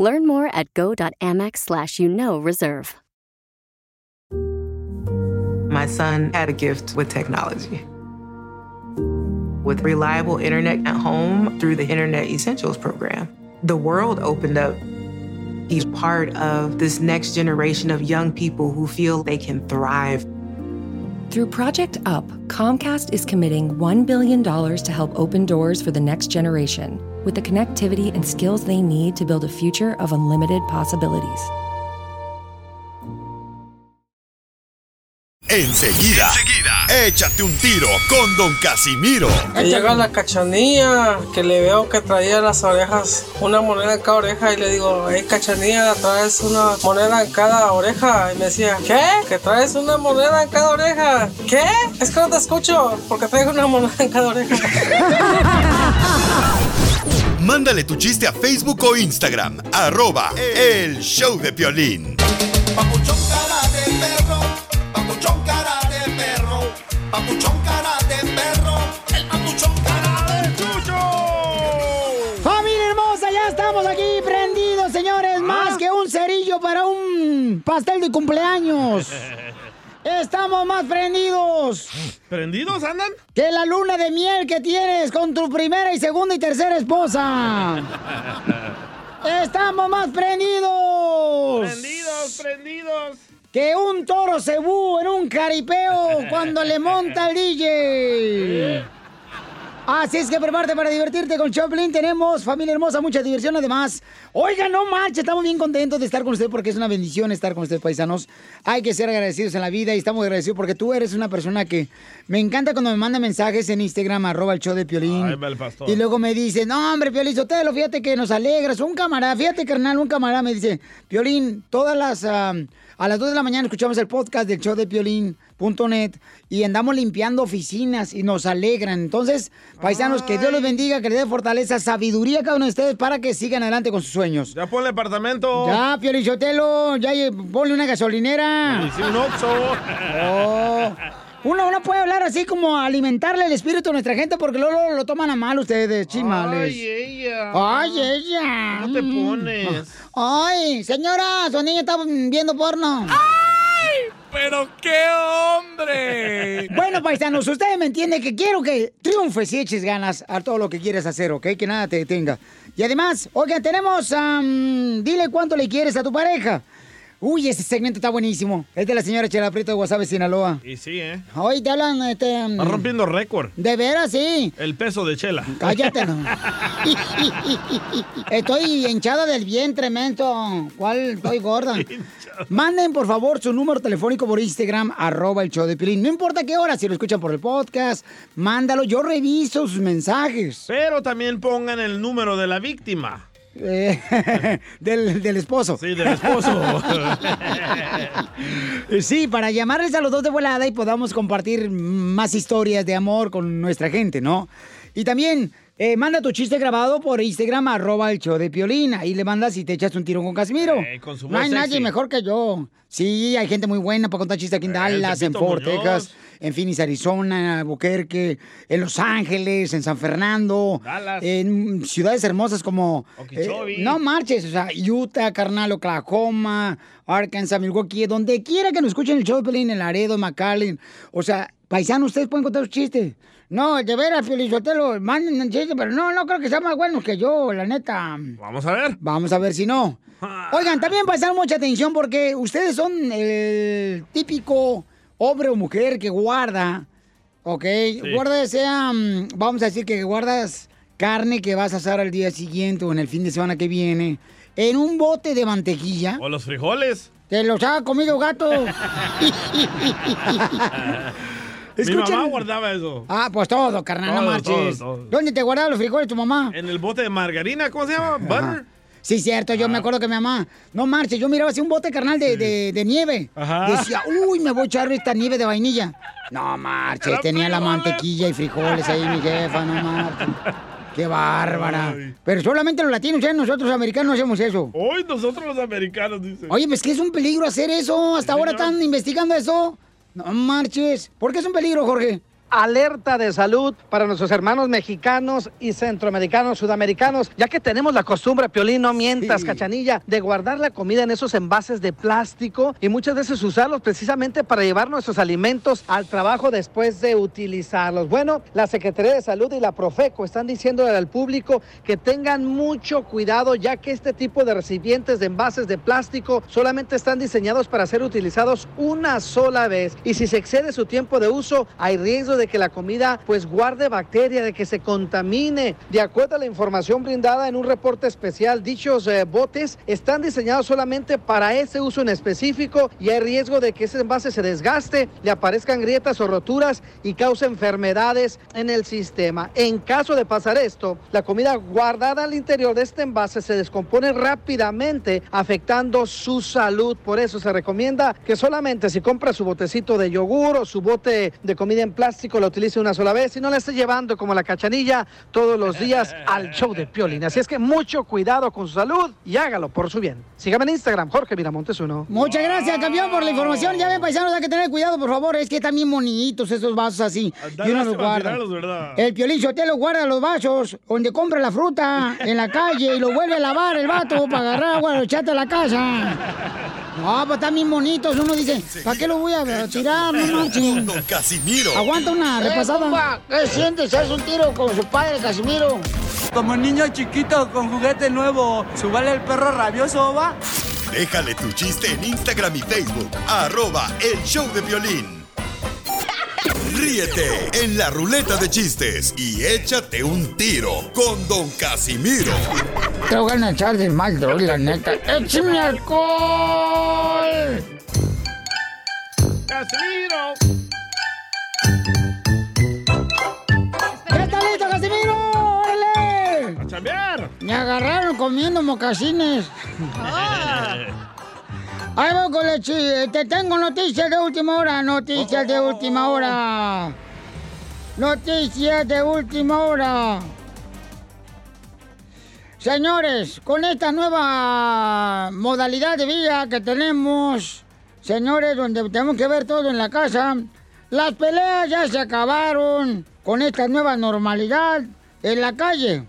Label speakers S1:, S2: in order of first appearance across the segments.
S1: Learn more at go.amex slash you know reserve.
S2: My son had a gift with technology. With reliable internet at home through the Internet Essentials program, the world opened up. He's part of this next generation of young people who feel they can thrive.
S3: Through Project UP, Comcast is committing $1 billion to help open doors for the next generation with the connectivity and skills they need to build a future of unlimited possibilities.
S4: Enseguida, échate un tiro con Don Casimiro.
S5: Ahí llega la cachanilla, que le veo que traía las orejas, una moneda en cada oreja, y le digo, hey cachanilla, traes una moneda en cada oreja. Y me decía, ¿qué? ¿Que traes una moneda en cada oreja? ¿Qué? Es que no te escucho, porque traigo una moneda en cada oreja.
S4: Mándale tu chiste a Facebook o Instagram. Arroba el show de Piolín.
S6: ¡Familia hermosa! Ya estamos aquí prendidos, señores. Más que un cerillo para un pastel de cumpleaños. Estamos más prendidos.
S7: ¿Prendidos andan?
S6: Que la luna de miel que tienes con tu primera y segunda y tercera esposa. Estamos más prendidos.
S7: Prendidos, prendidos.
S6: Que un toro cebú en un caripeo cuando le monta el DJ. Así es que prepárate para divertirte con Choplin. Tenemos familia hermosa, mucha diversión además. Oiga, no marche, estamos bien contentos de estar con usted porque es una bendición estar con ustedes, paisanos. Hay que ser agradecidos en la vida y estamos agradecidos porque tú eres una persona que me encanta cuando me manda mensajes en Instagram, arroba el show de Piolín.
S7: Ahí va el pastor.
S6: Y luego me dice, no, hombre, Piolín Sotelo, fíjate que nos alegras. Un camarada, fíjate, carnal, un camarada me dice, Piolín, todas las... ah, a las 2 de la mañana escuchamos el podcast del show de Piolín.net y andamos limpiando oficinas y nos alegran. Entonces, paisanos, que Dios los bendiga, que les dé fortaleza, sabiduría a cada uno de ustedes para que sigan adelante con sus sueños.
S7: Ya ponle apartamento.
S6: Ya, Piolín Sotelo, ya eh, ponle una gasolinera.
S7: Y sí, un Oxxo.
S6: Oh. Uno, uno puede hablar así como alimentarle el espíritu a nuestra gente porque luego luego lo, toman a mal ustedes, chimales.
S7: Ay, ella.
S6: Ay, ella. Mm.
S7: ¿Cómo te pones?
S6: Ay, señora, su niño está viendo porno.
S8: Pero qué hombre.
S6: Bueno, paisanos, ustedes me entienden que quiero que triunfes y eches ganas a todo lo que quieres hacer, ¿ok? Que nada te detenga. Y además, oigan, tenemos, am, dile cuánto le quieres a tu pareja. Uy, ese segmento está buenísimo. Es de la señora Chela Prieto de Guasave, Sinaloa.
S7: Y sí, ¿eh?
S6: Hoy te hablan, este... am,
S7: Está rompiendo récord.
S6: De veras, sí.
S7: El peso de chela.
S6: Cállate, no. Estoy hinchada del vientre, mento. ¿Cuál? Estoy gorda. Manden, por favor, su número telefónico por Instagram, arroba el show de Pilín. No importa qué hora, si lo escuchan por el podcast, mándalo. Yo reviso sus mensajes
S7: Pero también pongan el número de la víctima.
S6: eh, del, del esposo.
S7: Sí, del esposo.
S6: Sí, para llamarles a los dos de volada y podamos compartir más historias de amor con nuestra gente, ¿no? Y también eh, manda tu chiste grabado por Instagram, arroba el show de Piolín. Ahí le mandas y te echas un tiro con Casimiro.
S7: Eh, con su voz
S6: no hay nadie
S7: sexy. Eh,
S6: mejor que yo. Sí, hay gente muy buena para contar chistes aquí en Dallas, en
S7: Pepito
S6: Fort
S7: Muñoz.
S6: Texas, en Phoenix, Arizona, en Albuquerque, en Los Ángeles, en San Fernando,
S7: Dallas.
S6: en ciudades hermosas como... eh,
S7: Okeechobee.
S6: no marches, o sea, Utah, carnal, Oklahoma, Arkansas, Milwaukee, donde quiera que nos escuchen el show de Pelín, en Laredo, McAllen. O sea, paisanos, ustedes pueden contar sus chistes. No, de veras, Felizotelo, manden un chiste, pero no, no creo que sean más buenos que yo, la neta.
S7: Vamos a ver.
S6: Vamos a ver si no. Oigan, también prestar mucha atención porque ustedes son el típico hombre o mujer que guarda, ¿ok? Guarda, sea, mm, vamos a decir que guardas carne que vas a asar al día siguiente o en el fin de semana que viene en un bote de mantequilla.
S7: O los frijoles.
S6: Que los ha comido gato.
S7: Mi mamá
S6: Escuchen-
S7: guardaba eso.
S6: Ah, pues todo, carnal, no
S7: Todo,
S6: marches.
S7: todo, todo.
S6: ¿Dónde te guardaba los frijoles tu mamá?
S7: En el bote de margarina, ¿cómo se llama? Butter.
S6: Sí, cierto, yo me acuerdo que mi mamá, no marches, yo miraba así un bote carnal de, de- de nieve.
S7: Ajá.
S6: Decía, uy, me voy a echar esta nieve de vainilla. No marches, tenía la mantequilla y frijoles ahí, mi jefa, no marches. Qué bárbara. Pero solamente los latinos, ¿eh? nosotros los americanos no hacemos eso.
S7: Hoy nosotros los americanos, dice.
S6: Oye, pues que es un peligro hacer eso. Hasta ahora
S7: señor.
S6: están investigando eso. No marches. ¿Por qué es un peligro, Jorge?
S9: Alerta de salud para nuestros hermanos mexicanos y centroamericanos, sudamericanos, ya que tenemos la costumbre, Piolín, no mientas, cachanilla, de guardar la comida en esos envases de plástico y muchas veces usarlos precisamente para llevar nuestros alimentos al trabajo después de utilizarlos. Bueno, la Secretaría de Salud y la Profeco están diciendo al público que tengan mucho cuidado, ya que este tipo de recipientes de envases de plástico solamente están diseñados para ser utilizados una sola vez y si se excede su tiempo de uso hay riesgo de que la comida pues guarde bacteria, de que se contamine. De acuerdo a la información brindada en un reporte especial, dichos eh, botes están diseñados solamente para ese uso en específico y hay riesgo de que ese envase se desgaste, le aparezcan grietas o roturas y cause enfermedades en el sistema. En caso de pasar esto, la comida guardada al interior de este envase se descompone rápidamente afectando su salud. Por eso se recomienda que solamente si compra su botecito de yogur o su bote de comida en plástico lo utilice una sola vez y no la esté llevando como la cachanilla todos los días al show de Piolín. Así es que mucho cuidado con su salud y hágalo por su bien. Sígame en Instagram, Jorge Miramontes uno.
S6: Muchas gracias, campeón, por la información. Ya ven, paisanos, hay que tener cuidado, por favor. Es que están bien bonitos esos vasos así.
S7: Da
S6: y uno
S7: lástima
S6: los guarda.
S7: tirarlos, ¿verdad?
S6: El piolín Sotelo guarda los vasos donde compra la fruta en la calle y lo vuelve a lavar el vato para agarrar agua lo echate a la casa. No, pues están bien bonitos. Uno dice, ¿para qué lo voy a tirar? No marchen.
S4: Don Casimiro.
S6: Aguanta una repasada. Eh, ¿Qué sientes? ¿Haz un tiro con su padre, Casimiro?
S10: Como niño chiquito con juguete nuevo, ¿subale el perro rabioso va?
S4: Déjale tu chiste en Instagram y Facebook. Arroba el show de violín. Ríete en la ruleta de chistes y échate un tiro con Don Casimiro.
S6: Te voy a echar de mal, droga, la neta. Eh, ¡Échame alcohol!
S7: ¡Casimiro!
S6: ¡Ya está listo, Casimiro! ¡Órale!
S7: ¡A chambear!
S6: Me agarraron comiendo mocasines. Ahí voy con el chiste. Te este, tengo noticias de última hora, noticias de última hora. Noticias de última hora. Señores, con esta nueva modalidad de vida que tenemos, señores, donde tenemos que ver todo en la casa, las peleas ya se acabaron con esta nueva normalidad en la calle.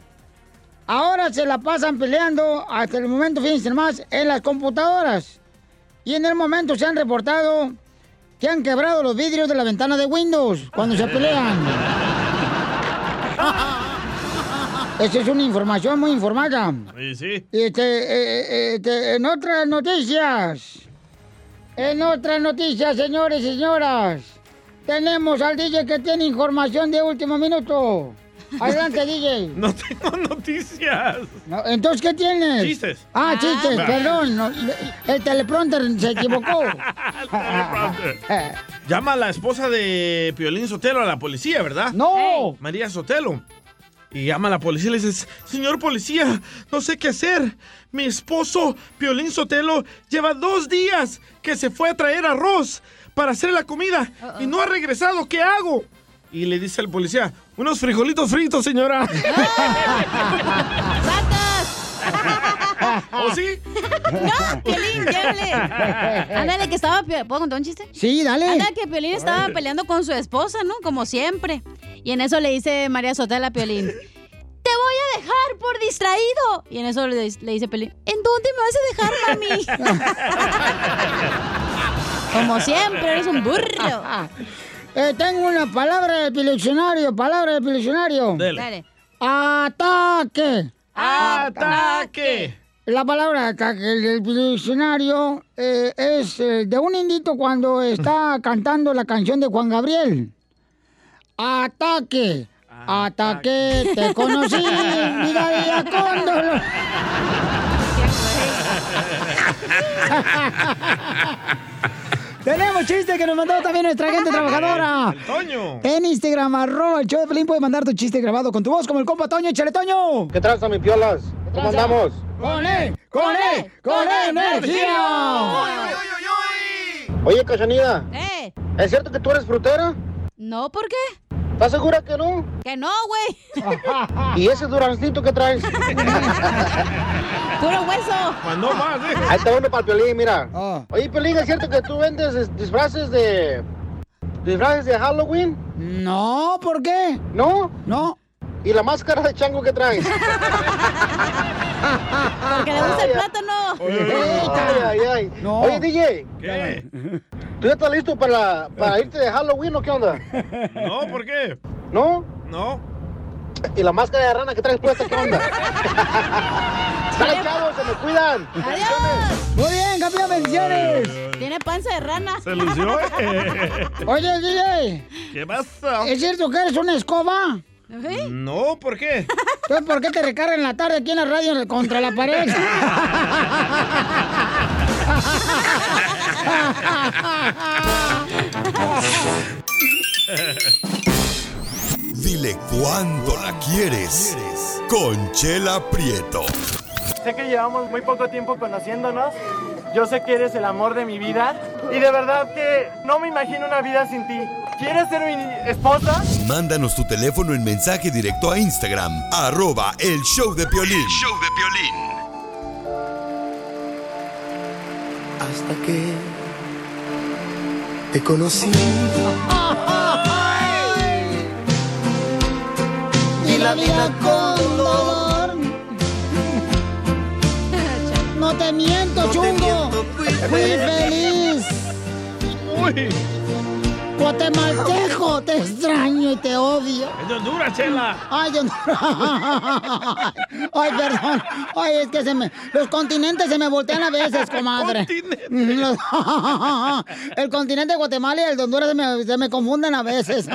S6: Ahora se la pasan peleando hasta el momento, fíjense más, en las computadoras. Y en el momento se han reportado que han quebrado los vidrios de la ventana de Windows cuando se pelean. Esa es una información muy informada.
S7: Sí, sí.
S6: Este, eh, eh, este, en otras noticias, en otras noticias, señores y señoras, tenemos al DJ que tiene información de último minuto. Adelante, DJ.
S7: No tengo noticias.
S6: No, Entonces, ¿qué tienes?
S7: Chistes.
S6: Ah, chistes,
S7: Ah.
S6: perdón. no, el teleprompter se equivocó.
S7: Llama a la esposa de Piolín Sotelo a la policía, ¿verdad?
S6: ¡No!
S7: María Sotelo. Y llama a la policía y le dice, señor policía, no sé qué hacer. Mi esposo, Piolín Sotelo, lleva dos días que se fue a traer arroz para hacer la comida
S11: Uh-uh.
S7: y no ha regresado. ¿Qué hago? Y le dice al policía, unos frijolitos fritos, señora. ¿O sí?
S12: No, Piolín, llévele. Ándale, que estaba. Pio- ¿Puedo contar un chiste?
S6: Sí, dale.
S12: Ándale, que Piolín estaba peleando con su esposa, ¿no? Como siempre. Y en eso le dice María Sotela a Piolín: Te voy a dejar por distraído. Y en eso le, dis- le dice Piolín: ¿En dónde me vas a dejar, mami? Como siempre, eres un burro.
S6: Eh, tengo una palabra de pileccionario, palabra de pileccionario.
S7: Dele. Dale.
S6: Ataque.
S7: ¡Ataque!
S6: La palabra ataque del diccionario eh, es eh, de un indito cuando está cantando la canción de Juan Gabriel. Ataque, ataque, te conocí, mira día con dolor. Tenemos chiste que nos mandó también nuestra gente trabajadora.
S7: El Toño.
S6: En Instagram, arroba el show de Pelín, puedes mandar tu chiste grabado con tu voz, como el compa Toño, échale Toño.
S13: ¿Qué tranza, mi piolas? ¿Cómo andamos?
S6: ¡Con él! ¡Con él! ¡Con E energía!
S13: Oye, Cachanida,
S12: ¿Eh?
S13: ¿es cierto que tú eres frutera?
S12: ¿No? ¿Por qué?
S13: ¿Estás segura que no?
S12: Que no, güey.
S13: ¿Y ese durancito que traes?
S12: Puro hueso.
S13: no más, eh. Ahí está uno para el Piolín, mira.
S6: Oh.
S13: Oye, Piolín, ¿es cierto que tú vendes es- disfraces de... disfraces de Halloween?
S6: No, ¿por qué?
S13: ¿No?
S6: No.
S13: ¿Y la máscara de chango que traes?
S12: Porque le gusta el plátano.
S13: Ay, ay, ay.
S12: No.
S13: Oye, DJ. ¿Tú ya estás listo para, para irte de Halloween o qué onda?
S7: No, ¿por qué?
S13: ¿No?
S7: No.
S13: ¿Y la máscara de rana que traes puesta qué onda? Dale, chavos, se me cuidan.
S12: ¡Adiós!
S6: ¡Muy bien, campeón! ¡Bendiciones!
S12: Tiene panza de rana.
S6: Se lució, Oye, DJ.
S7: eh. ¿Qué Mm. pasa?
S6: ¿Es cierto que eres una escoba?
S7: No, ¿por qué?
S6: Entonces, ¿por qué te recargan en la tarde aquí en la radio contra la pared?
S4: Dile cuándo la quieres. Conchela Prieto.
S14: Sé que llevamos muy poco tiempo conociéndonos. Yo sé que eres el amor de mi vida. Y de verdad que no me imagino una vida sin ti. ¿Quieres ser mi esposa?
S4: Mándanos tu teléfono en mensaje directo a Instagram, arroba el show de Piolín.
S8: Hasta que te conocí
S6: Y la vida con dolor. No te miento, chungo.
S7: pues.
S6: fui feliz. Guatemalteco, te extraño y te odio.
S7: Es de Honduras, Chela.
S6: Ay, Dios Ay, perdón. Ay, es que se me... los continentes se me voltean a veces, comadre. Los- el continente de Guatemala y el de Honduras se me, se me confunden a veces.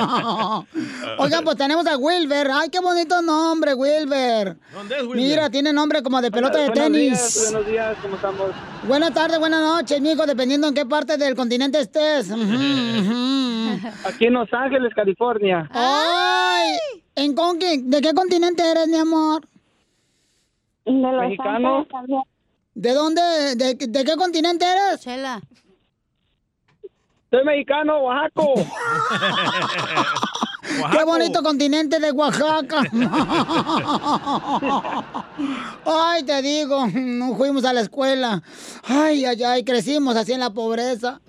S6: Oigan, pues tenemos a Wilber. Ay, qué bonito nombre, Wilber.
S7: ¿Dónde es Wilber?
S6: Mira, tiene nombre como de pelota de
S11: Buenos
S6: tenis.
S11: días, buenos días, ¿cómo estamos?
S6: Buenas tardes, buenas noches, mijo, dependiendo en qué parte del continente estés. Ujú, ujú.
S11: Aquí en Los Ángeles, California.
S6: Ay, ¿en con qué- ¿de qué continente eres, mi amor? De
S11: Los Mexicano. Ángeles
S6: ¿De dónde? ¿De, de qué continente eres?
S12: Chela.
S11: Soy mexicano, Oaxaco.
S6: Qué bonito continente de Oaxaca. Ay, te digo, no fuimos a la escuela. Ay, ay, ay, crecimos así en la pobreza.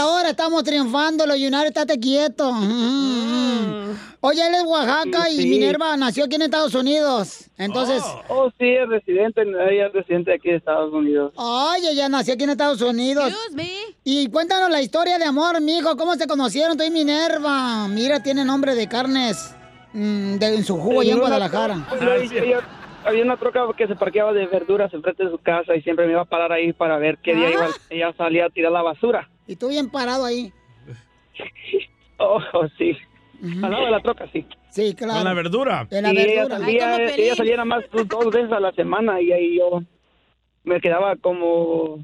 S6: ahora estamos triunfando, los United, estate quieto. Mm. Oye, él es Oaxaca y
S11: Sí.
S6: Minerva nació aquí en Estados Unidos. Entonces,
S11: Oh, sí, es residente, ella es residente aquí de Estados Unidos.
S6: ay, ella nació aquí en Estados Unidos. Y cuéntanos la historia de amor, mijo. ¿Cómo se conocieron tú y Minerva? Mira, tiene nombre de carnes mm, de, en su jugo allá en
S11: una
S6: Guadalajara.
S11: troca- yo- yo- Había una troca que se parqueaba de verduras enfrente de su casa y siempre me iba a parar ahí para ver qué
S6: Ah.
S11: día iba, ella salía a tirar la basura.
S6: Y tú bien parado ahí.
S11: Oh, oh, sí. Al lado de la troca, sí.
S6: Sí, claro.
S7: Con la verdura.
S11: Y ella salía, ella salía nada más dos- dos veces a la semana y ahí yo me quedaba como...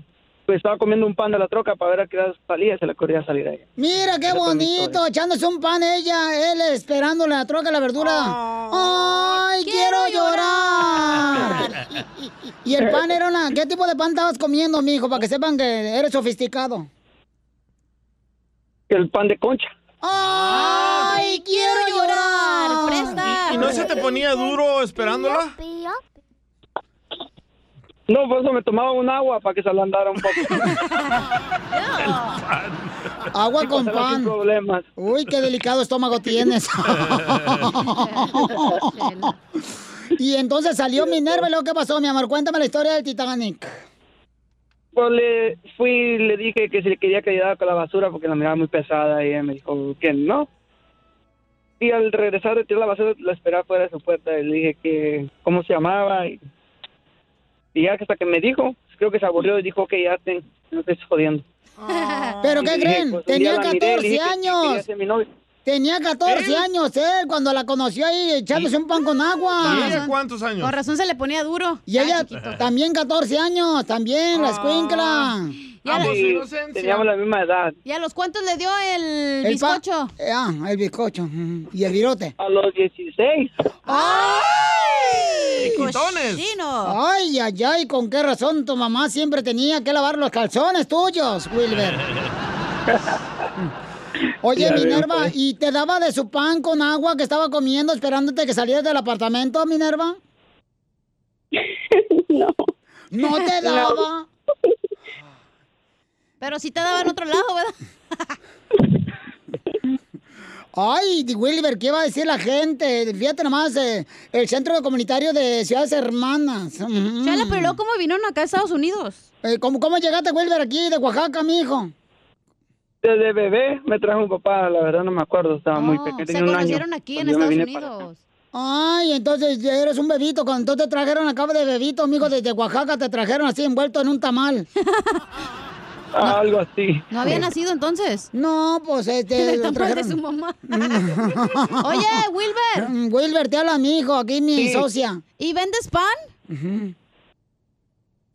S11: Pues estaba comiendo un pan de la troca para ver a qué hora salía y se le corría a salir a ella.
S6: Mira qué bonito, echándose un pan ella, él esperando la troca, la verdura. ¡Ay, Oh. quiero llorar! y
S11: Eh,
S6: el pan era una. ¿Qué tipo de pan estabas comiendo, mijo? Para que sepan que eres sofisticado.
S11: El pan de concha.
S6: ¡Ay, quiero llorar!
S7: ¿Y no se te ponía duro esperándola?
S11: No, por eso me tomaba un agua para que se ablandara un poco.
S6: Agua con
S11: Pasaba sin
S6: pan. Uy, qué delicado estómago tienes. y entonces salió Minerva, y luego qué pasó, mi amor? Cuéntame la historia del Titanic.
S11: Pues le fui y le dije que si le quería que ayudara con la basura porque la miraba muy pesada y ella me dijo que no. Y al regresar de tirar la basura la esperaba fuera de su puerta y le dije que cómo se llamaba y, y ya hasta que me dijo, creo que se aburrió y dijo que ya te, no te estoy jodiendo.
S6: ¿Pero qué
S11: Ah. Sí,
S6: creen?
S11: pues, un día
S6: Tenía
S11: la miré y le dije
S6: 14
S11: que- que quería
S6: años.
S11: ser mi ¿Eh? novia.
S6: Tenía 14 años él cuando la conoció ahí echándose un pan con agua.
S7: ¿Y ella cuántos años?
S12: Con razón se le ponía duro. Ah.
S6: Y ella también 14 años, también, la escuincla.
S12: Ya la-
S11: Sí, teníamos la misma edad.
S12: ¿Y a los cuántos le dio el,
S6: El pa-
S12: bizcocho?
S6: Eh, ah, el bizcocho. ujú. ¿Y el virote?
S11: A los 16.
S6: ¡Ay!
S12: ¡Chiquitones! ¡Cochino!
S6: ¡Ay, ay, ay! ¿Con qué razón tu mamá siempre tenía que lavar los calzones tuyos, Wilber? Oye,
S8: Ya veo,
S6: Minerva,
S8: pues.
S6: ¿y te daba de su pan con agua que estaba comiendo esperándote que salieras del apartamento, Minerva? No. ¿No te
S12: No.
S6: daba?
S12: Pero si te daba en otro lado, ¿verdad?
S6: Ay, di- Wilber, ¿qué va a decir la gente? Fíjate nomás, eh, el centro de comunitario de Ciudades Hermanas. Chala, pero luego,
S12: ¿cómo vinieron acá a Estados Unidos?
S6: ¿cómo, cómo llegaste, Wilber, aquí de Oaxaca, mijo?
S11: Desde bebé me trajo un papá, la verdad no me acuerdo, estaba muy
S12: Oh,
S11: pequeño.
S6: se
S11: tenía un año
S6: conocieron aquí en
S11: cuando yo me
S6: Estados
S11: vine
S6: Unidos.
S11: para acá.
S6: Ay, entonces ya eres un bebito. Cuando te trajeron acá de bebito, mijo, desde Oaxaca te trajeron así envuelto en un tamal.
S11: Ah, Algo así.
S12: ¿No había nacido entonces?
S6: No, pues este.
S12: El
S6: lo
S12: tamal de
S6: trajeron.
S12: su mamá.
S6: Oye, Wilber. Mm, Wilber, te habla mi hijo, aquí mi
S12: Sí.
S6: socia.
S12: ¿Y vendes pan?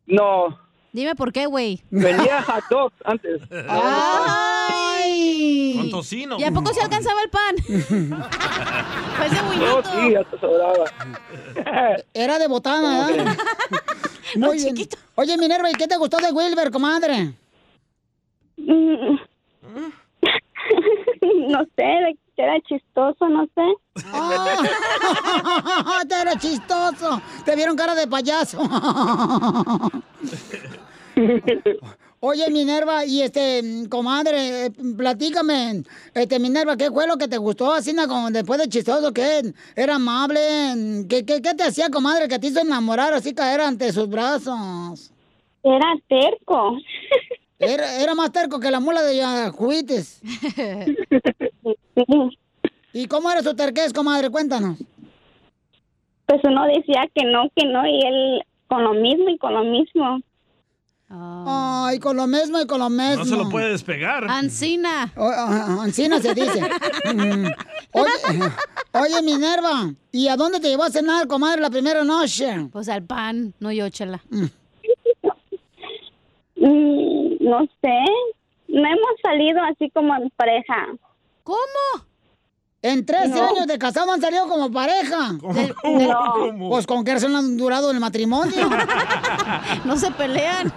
S11: No,
S12: Dime por qué, güey.
S11: vendía hot dogs antes.
S12: Ah, ¡Ay!
S11: Con tocino.
S12: ¿Y a poco se alcanzaba el pan? Pues Fue ese
S11: No,
S12: buñito.
S11: sí, hasta sobraba.
S6: Era de botana, ¿verdad? Muy bien. Oye, Minerva, ¿y qué te gustó de Wilber, comadre?
S15: No sé, de- era chistoso, no sé.
S6: ¡Ah! ¡Te era chistoso! ¡Te vieron cara de payaso! Oye, Minerva, y este, comadre, eh, platícame, este, Minerva, ¿qué fue lo que te gustó, Asina, como después de chistoso, que era amable? ¿Qué, qué, qué te hacía, comadre, que te hizo enamorar, así caer ante sus brazos?
S15: Era terco.
S6: Era, era más terco que la mula de ah, juguetes. ¿Y cómo era su terquez, comadre? Cuéntanos.
S15: Pues uno decía que no, que no, y él con lo mismo y con lo mismo.
S6: Ay, con lo mismo y con lo mismo.
S16: No se lo puede despegar.
S6: Ancina. Ancina se dice. Mm. oye, oye, Minerva, ¿y a dónde te llevó a cenar, comadre, la primera noche?
S12: Pues al pan, no yo, chela.
S15: Mm, no sé. No hemos salido así como en pareja.
S12: ¿Cómo?
S6: En 13
S15: No.
S6: años de casado han salido como pareja.
S15: ¿Cómo?
S6: Del-
S15: ¿Cómo?
S6: Pues con qué razón han durado el matrimonio.
S12: no se pelean.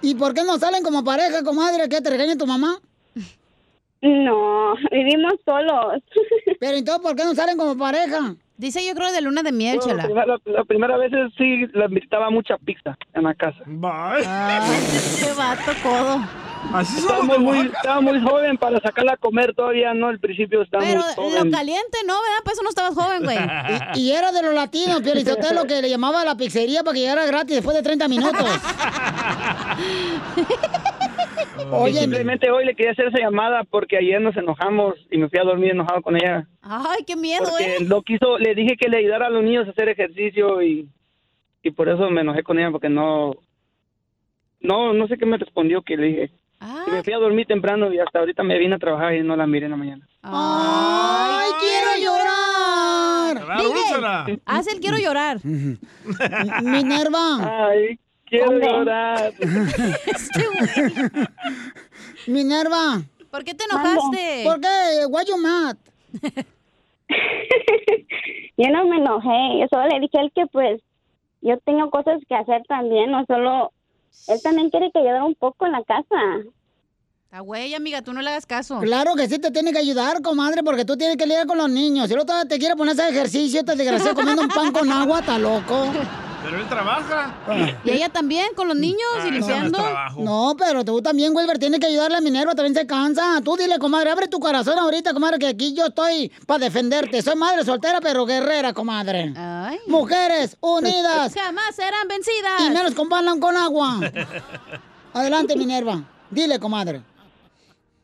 S6: ¿Y por qué no salen como pareja, comadre? ¿Qué te regaña tu mamá?
S15: No, vivimos solos.
S6: Pero entonces, ¿por qué no salen como pareja?
S12: Dice yo creo de luna de miel,
S11: Bueno, pues,
S12: chela.
S11: la, primera- la primera vez sí le invitaba mucha pizza en la casa.
S12: Qué vato codo.
S11: Así estábamos muy, estaba muy joven para sacarla a comer todavía, ¿no? Al principio estaba
S12: Pero
S11: muy
S12: lo
S11: joven.
S12: caliente, ¿no? ¿Verdad? Para eso no estabas joven, güey.
S6: Y, y era de los latinos, lo que le llamaba a la pizzería para que llegara gratis después de 30 minutos.
S11: Oye, simplemente hoy le quería hacer esa llamada porque ayer nos enojamos y me fui a dormir enojado con ella.
S12: Ay, qué miedo,
S11: Porque
S12: ¿eh?
S11: no quiso, le dije que le ayudara a los niños a hacer ejercicio y, y por eso me enojé con ella porque no, no, no sé qué me respondió que le dije. Y me fui a dormir temprano y hasta ahorita me vine a trabajar y no la miré en la mañana.
S6: ¡Ay, quiero llorar!
S11: va a dar úlcera.
S12: haz el quiero llorar.
S6: Minerva.
S11: Ay, quiero
S6: Hombre. Este
S11: llorar.
S6: Minerva.
S12: ¿Por qué te enojaste?
S6: ¿Por qué? Why you mad?
S15: Yo no me enojé. Yo solo le dije a él que pues yo tengo cosas que hacer también, no solo... Él también quiere que ayudara un poco en la casa.
S12: Ah, güey, amiga, tú no le hagas caso.
S6: Claro que sí te tiene que ayudar, comadre, porque tú tienes que lidiar con los niños. Si el otro te quiere poner ese ejercicio, te desgracia comiendo un pan con agua, está loco.
S7: Pero él trabaja.
S12: Y ella también, con los niños
S7: Ah,
S12: y
S7: esa no es
S12: limpiando.
S7: trabajo.
S6: No, pero tú también, Wilber, tienes que ayudarle a Minerva, también se cansa. Tú dile, comadre, abre tu corazón ahorita, comadre, que aquí yo estoy para defenderte. Soy madre soltera, pero guerrera, comadre. Mujeres unidas.
S12: Jamás serán vencidas.
S6: Y menos con pan, con agua. Adelante, Minerva. Dile, comadre.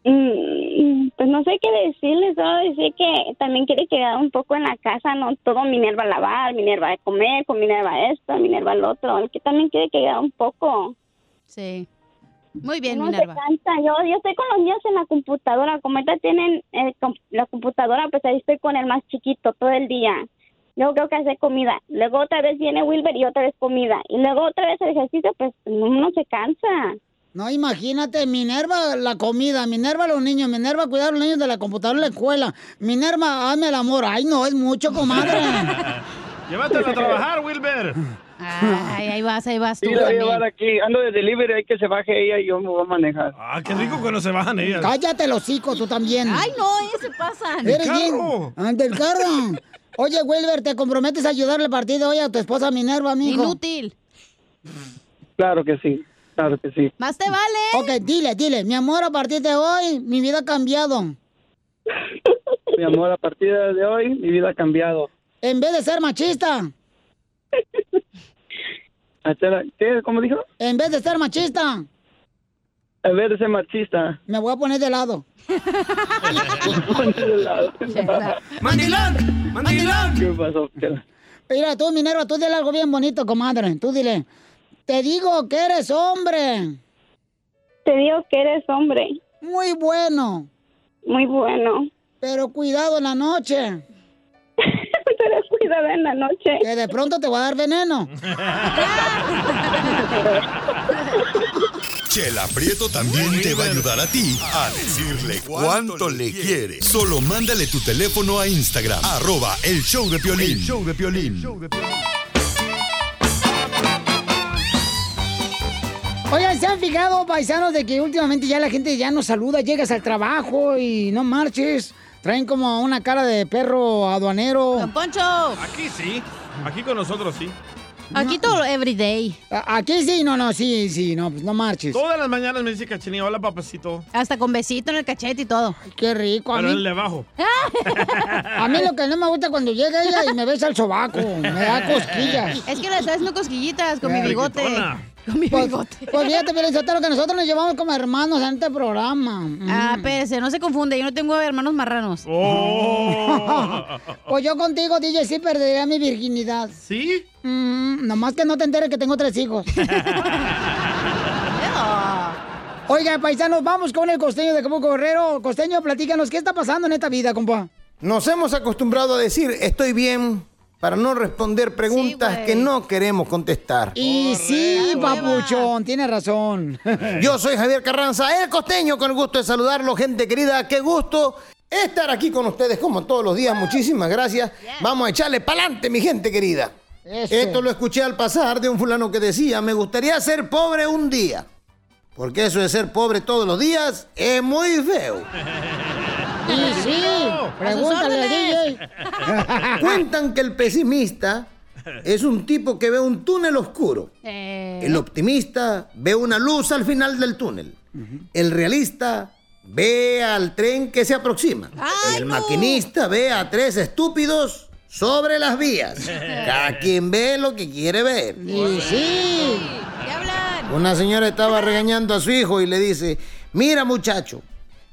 S15: Mm, Pues no sé qué decirle, solo decir que también quiere quedar un poco en la casa, no todo Minerva a lavar, Minerva a comer, con Minerva esto, Minerva el otro, el que también quiere quedar un poco.
S12: Sí. Muy bien,
S15: no
S12: Minerva.
S15: se cansa, yo, yo estoy con los niños en la computadora, como ahorita tienen eh, com- la computadora, pues ahí estoy con el más chiquito todo el día. Luego creo que hace comida, luego otra vez viene Wilber y otra vez comida, y luego otra vez el ejercicio, pues uno se cansa.
S6: No, imagínate, Minerva la comida, Minerva los niños, Minerva cuidar a los niños de la computadora en la escuela, Minerva hazme el amor. Ay, no, es mucho, comadre.
S7: Llévatela a trabajar, Wilber.
S12: Ay, ahí vas, ahí vas tú.
S11: Sí, la voy a
S12: también.
S11: llevar aquí. Ando de delivery, hay que se baje ella y yo me voy a manejar.
S7: Ah, qué rico cuando se bajan ellas.
S6: Cállate los hocico, tú también.
S12: Ay, no, ellos se pasan.
S6: Eres bien. Ah, Del carro. Oye, Wilber, ¿te comprometes a ayudarle al partido hoy a tu esposa Minerva, amigo?
S12: Inútil.
S11: Claro que sí, claro que sí.
S12: Más te vale.
S6: Ok, dile, dile. Mi amor, a partir de hoy, mi vida ha cambiado.
S11: Mi amor, a partir de hoy mi vida ha cambiado.
S6: En vez de ser machista.
S11: Hasta la- ¿Qué? ¿Cómo dijo?
S6: En vez de ser machista.
S11: En vez de ser machista.
S6: Me voy a poner de lado.
S11: ¡Mandilón! ¡Mandilón! ¿Qué pasó? Chela?
S6: Mira, tú, Minerva, tú dile algo bien bonito, comadre. Tú dile, te digo que eres hombre.
S15: Te digo que eres hombre.
S6: Muy bueno.
S15: Muy bueno.
S6: Pero cuidado en la noche.
S15: Pero cuidado en la noche.
S6: Que de pronto te va a dar veneno.
S4: Chela Prieto también te va a ayudar a ti a decirle cuánto le quiere. Solo mándale tu teléfono a Instagram, arroba el show de Piolín.
S8: El
S4: show de Piolín.
S6: Oigan, ¿se han fijado, paisanos, de que últimamente ya la gente ya no saluda, llegas al trabajo y no marches? Traen como una cara de perro aduanero.
S12: Poncho!
S7: Aquí sí, aquí con nosotros sí.
S12: Aquí todo everyday.
S6: Aquí sí, no, no, sí, sí, no, pues no marches.
S7: Todas las mañanas me dice Cachenía, hola papacito.
S12: Hasta con besito en el cachete y todo.
S6: Qué rico,
S7: Pero el de abajo.
S6: A mí lo que no me gusta cuando llega ella y me besa el sobaco, me da cosquillas.
S12: Es que le estás haciendo cosquillitas con mi
S6: Eh,
S12: bigote.
S6: riquitona.
S12: Con mi
S6: Pues-
S12: bigote.
S6: Pues fíjate, Piolín Sotelo, que nosotros nos llevamos como hermanos en este programa.
S12: Ah, espérese, no se confunde, yo no tengo hermanos marranos.
S8: Oh.
S6: Pues yo contigo, DJ, sí perdería mi virginidad.
S7: ¿Sí?
S6: nomás que no te enteres que tengo tres hijos. Oiga, paisanos, vamos con el costeño de Capuco Guerrero. Costeño, platícanos, ¿qué está pasando en esta vida, compa?
S16: Nos hemos acostumbrado a decir estoy bien para no responder preguntas que no queremos contestar.
S6: Y sí, papuchón, tiene razón.
S16: Yo soy Javier Carranza, el costeño, con el gusto de saludarlo, gente querida, qué gusto estar aquí con ustedes como todos los días. Muchísimas gracias. Vamos a echarle pa'lante, mi gente querida.
S6: Eso.
S16: Esto lo escuché al pasar de un fulano que decía, me gustaría ser pobre un día. Porque eso de ser pobre todos los días es muy feo.
S6: Y sí, pregúntale al DJ.
S16: Cuentan que el pesimista es un tipo que ve un túnel oscuro. El optimista ve una luz al final del túnel. El realista ve al tren que se aproxima. El maquinista ve a tres estúpidos sobre las vías. Cada quien ve lo que quiere ver.
S6: sí.
S16: Una señora estaba regañando a su hijo y le dice, mira muchacho,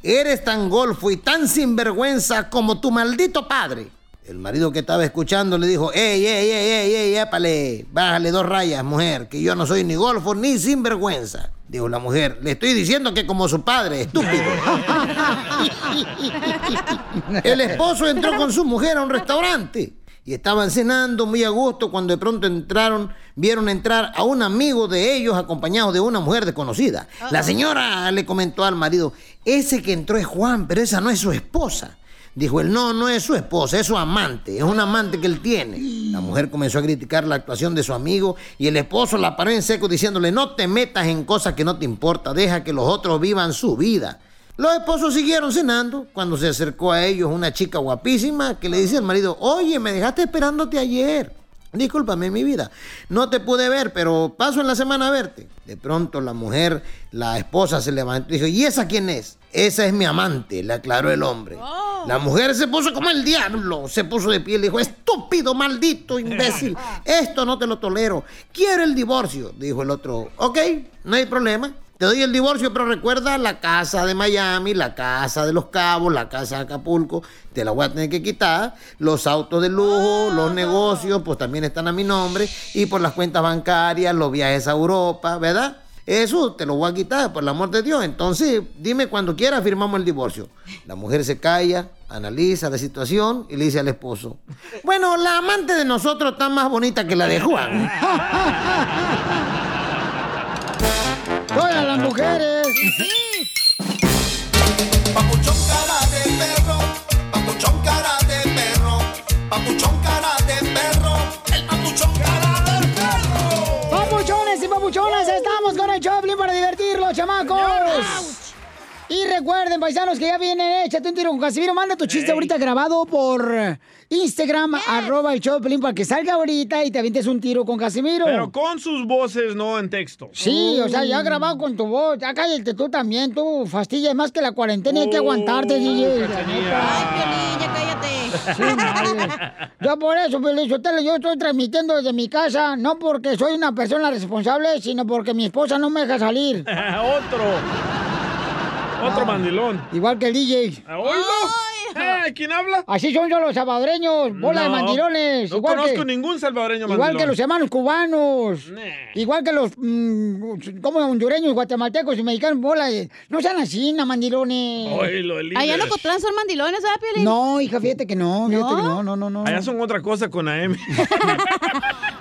S16: eres tan golfo y tan sinvergüenza como tu maldito padre. El marido que estaba escuchando le dijo, ey, ey, ey, ey, ey, épale, bájale dos rayas, mujer, que yo no soy ni golfo ni sinvergüenza. Dijo la mujer, le estoy diciendo que como su padre, estúpido. El esposo entró con su mujer a un restaurante y estaban cenando muy a gusto cuando de pronto entraron, vieron entrar a un amigo de ellos acompañado de una mujer desconocida. La señora le comentó al marido, ese que entró es Juan, pero esa no es su esposa. Dijo él, no, no es su esposa, es su amante, es un amante que él tiene. La mujer comenzó a criticar la actuación de su amigo y el esposo la paró en seco diciéndole, no te metas en cosas que no te importa, deja que los otros vivan su vida. Los esposos siguieron cenando cuando se acercó a ellos una chica guapísima que le dice al marido, oye, me dejaste esperándote ayer. Discúlpame mi vida, no te pude ver, pero paso en la semana a verte. De pronto la mujer, la esposa se levantó y dijo, ¿y esa quién es? Esa es mi amante, le aclaró el hombre. La mujer se puso como el diablo, se puso de pie y le dijo, estúpido, maldito, imbécil, esto no te lo tolero, quiero el divorcio, dijo el otro, ok, no hay problema, te doy el divorcio, pero recuerda la casa de Miami, la casa de Los Cabos, la casa de Acapulco, te la voy a tener que quitar, los autos de lujo, los negocios, pues también están a mi nombre, y por las cuentas bancarias, los viajes a Europa, ¿verdad? Eso te lo voy a quitar, por el amor de Dios. Entonces, dime cuando quieras, firmamos el divorcio. La mujer se calla, analiza la situación y le dice al esposo, bueno, la amante de nosotros está más bonita que la de Juan.
S6: ¡Soy la las mujeres.
S8: Papuchón cara de perro, papuchón cara de perro, el papuchón cara de perro.
S6: Papuchones y papuchonas, estamos con el Choplin para divertirlos, chamacos. Y recuerden, paisanos, que ya viene, échate un tiro con Casimiro. Manda tu chiste ahorita grabado por Instagram, arroba el Choplin, para que salga ahorita y te avientes un tiro con Casimiro.
S7: Pero con sus voces, no en texto.
S6: Sí, o sea, ya grabado con tu voz. Ya cállate tú también, tú fastidias más que la cuarentena. Hay que aguantarte, DJ. la neta. Sí, madre. Yo por eso, Feliz Sotelo, yo estoy transmitiendo desde mi casa, no porque soy una persona responsable, sino porque mi esposa no me deja salir. Ah.
S7: Otro. Otro mandilón.
S6: Igual que el DJ.
S7: ¡Oílo! ¿Eh? ¿Quién habla?
S6: Así son yo los salvadoreños, bola de
S7: No,
S6: mandilones.
S7: No
S6: igual
S7: conozco
S6: que,
S7: ningún salvadoreño
S6: Igual
S7: mandilón.
S6: que los hermanos cubanos. Igual que los mm, como hondureños, guatemaltecos y mexicanos, bola de. No sean así, na mandilones.
S7: Oílo, el líder.
S12: Allá en Ocotlán son mandilones, ¿verdad, Piolín?
S6: No, hija, fíjate que no, fíjate que no, no, no, no.
S7: Allá son otra cosa con AM.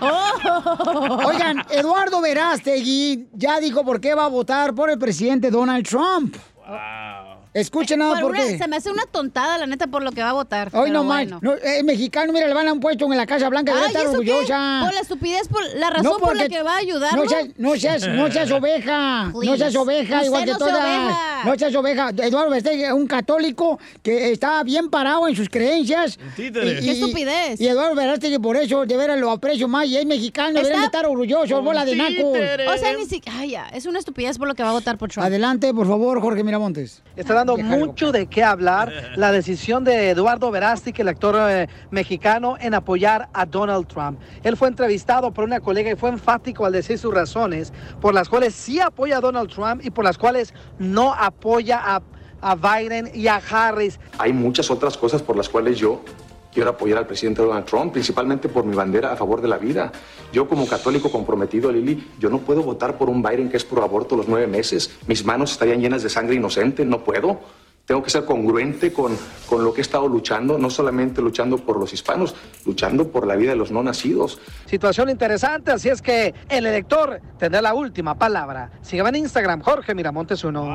S12: Oh.
S6: Oigan, Eduardo Verástegui ya dijo por qué va a votar por el presidente Donald Trump. Escuchen nada
S12: Eh, Por
S6: por
S12: una-
S6: qué.
S12: Se me hace una tontada, la neta, por lo que va a votar.
S6: Hoy
S12: pero
S6: no más.
S12: bueno.
S6: No, el mexicano, mira, le van a un puesto en la Casa Blanca, debe
S12: Ay,
S6: estar
S12: ¿eso qué?
S6: orgullosa.
S12: Por la estupidez, por la razón por la
S6: porque-
S12: que va a ayudar.
S6: No seas, no seas, no seas oveja. No seas
S12: Please.
S6: oveja,
S12: Usted
S6: igual que
S12: no sea
S6: todas.
S12: oveja.
S6: No seas oveja. Eduardo Verástegui es un católico que está bien parado en sus creencias.
S12: títere. Qué estupidez.
S6: Y Eduardo Verástegui por eso, de veras, lo aprecio más. Y es mexicano, deberían de estar orgullosos, bola de nacos.
S12: O sea, ni siquiera. Ay, ya. Es una estupidez por lo que va a votar por Trump.
S6: Adelante, por favor, Jorge Miramontes.
S9: Está dando mucho de qué hablar la decisión de Eduardo Verástegui, el actor eh, mexicano, en apoyar a Donald Trump. Él fue entrevistado por una colega y fue enfático al decir sus razones por las cuales sí apoya a Donald Trump y por las cuales no apoya a, a Biden y a Harris.
S17: Hay muchas otras cosas por las cuales yo quiero apoyar al presidente Donald Trump, principalmente por mi bandera a favor de la vida. Yo como católico comprometido, Lili, yo no puedo votar por un Biden que es pro aborto los nueve meses. Mis manos estarían llenas de sangre inocente, no puedo. Tengo que ser congruente con, con lo que he estado luchando, no solamente luchando por los hispanos, luchando por la vida de los no nacidos.
S9: Situación interesante, así es que el elector tendrá la última palabra. Sígueme en Instagram, Jorge Miramontes uno.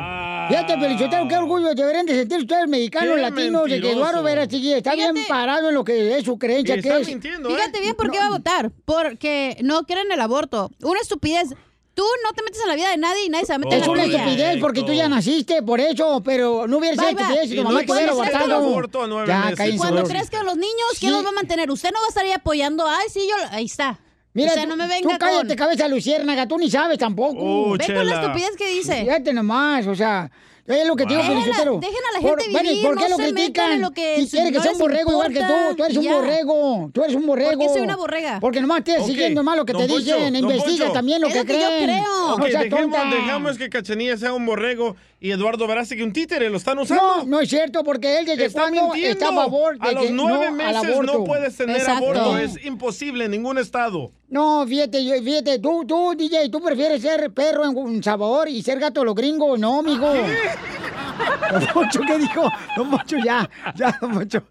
S6: Fíjate, Felicitero, qué orgullo deberían de sentir ustedes mexicanos,
S9: Qué
S6: latinos, de que
S9: mentiroso.
S6: Eduardo Verástegui está bien parado en lo que es su creencia, que es...
S7: ¿eh?
S12: Fíjate bien por qué va a votar. Porque no quieren el aborto. Una estupidez. Tú no te metes a la vida de nadie y nadie se va a meter
S6: Es
S12: en
S6: una
S12: la tuya.
S6: estupidez porque tú ya naciste por eso, pero no hubiera sido
S12: Bye, bye.
S6: estupidez si tu
S12: Y
S6: mamá
S12: no
S6: te hubiera
S12: puedes hacer el
S6: abortado.
S12: aborto a nueve
S6: Ya,
S12: meses. Y
S6: cállense.
S12: cuando
S6: los dos.
S12: crezcan los niños, ¿quién los va a mantener? Usted no va a estar ahí apoyando. Ay, sí, yo. Ahí está.
S6: Mira,
S12: o sea, no me venga
S6: tú cállate
S12: con...
S6: cabeza luciérnaga, tú ni sabes tampoco.
S12: Uh, Ve con la chela. estupidez que dice.
S6: Fíjate nomás, o sea, es lo que te digo,
S12: Déjenla-
S6: Felicitero.
S12: dejen a la
S6: Por-
S12: gente
S6: bueno, ¿y
S12: vivir,
S6: ¿Por qué
S12: no
S6: lo
S12: se metan
S6: critican?
S12: en lo que
S6: si quiere que
S12: no
S6: sea un
S12: les
S6: borrego igual que tú,
S12: importa,
S6: tú eres un
S12: ya.
S6: borrego, tú eres un borrego.
S12: ¿Por qué soy una borrega?
S6: Porque nomás te estás
S7: Ok,
S6: siguiendo más lo que
S7: don
S6: te
S7: Poncho,
S6: dicen,
S7: don
S6: investiga
S7: Poncho.
S6: también lo que creen.
S7: Ok,
S6: No seas
S7: dejemos,
S6: tonta.
S7: dejamos que Cachanilla sea un borrego y Eduardo Verástegui un títere. ¿Lo están usando?
S6: No, no es cierto, porque él desde
S7: Está
S6: cuando
S7: mintiendo.
S6: está a favor de
S7: a los
S6: que
S7: nueve
S6: no al
S7: meses
S6: aborto.
S7: no puedes tener aborto. Es imposible en ningún estado.
S6: No, fíjate, yo- fíjate, tú, tú, DJ, tú prefieres ser perro en un sabor y ser gato de los gringos, no, amigo.
S7: ¿Ah,
S6: Don Poncho, ¿qué dijo? Don Poncho, ya, ya, Don Poncho.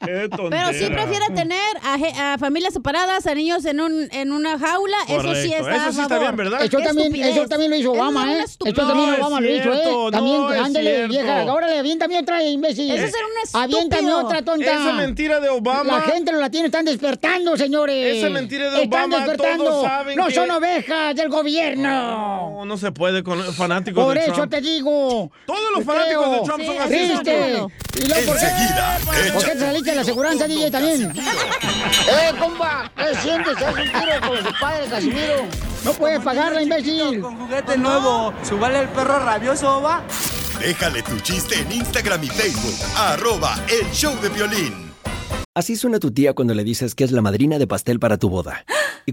S12: Pero sí prefiere tener a, ge- a familias separadas, a niños en un en una jaula. eso sí
S7: Correcto.
S12: está.
S7: Eso sí
S12: a
S7: está
S12: favor.
S7: bien, ¿verdad?
S6: Eso
S12: Qué
S6: también,
S12: estupidez.
S6: eso también lo hizo
S12: Es
S6: Obama,
S12: una
S6: ¿eh?
S12: estupidez.
S6: Eso también
S12: No es
S6: Obama lo hizo, ¿eh?
S12: cierto,
S6: También,
S12: no es
S6: ándale,
S12: cierto.
S6: vieja. Ahora aviéntame otra, imbécil.
S12: Ese es un
S6: Aviéntame
S12: estúpido.
S6: otra, tonta.
S7: Esa mentira de Obama-
S6: La gente, los latinos están despertando, señores.
S7: Esa mentira de
S6: Están
S7: Obama,
S6: despertando.
S7: todos saben
S6: no
S7: que-
S6: son ovejas del gobierno.
S7: No, no se puede con los fanáticos
S6: Por
S7: de
S6: eso
S7: Trump.
S6: te digo.
S7: Todos los fanáticos de Trump son así,
S6: Triste.
S7: don Poncho.
S6: Y luego, ¿por
S4: Enseguida,
S6: qué? ¿Por qué te saliste de la aseguranza, DJ, también? ¡Eh, comba! ¿Qué sientes? ¿Haz un tiro con su padre, Casimiro? No puedes pagarla, imbécil. Con
S10: juguete nuevo, subale el perro rabioso, va.
S4: Déjale tu chiste en Instagram y Facebook. Arroba el show de violín.
S18: Así suena tu tía cuando le dices que es la madrina de pastel para tu boda. Y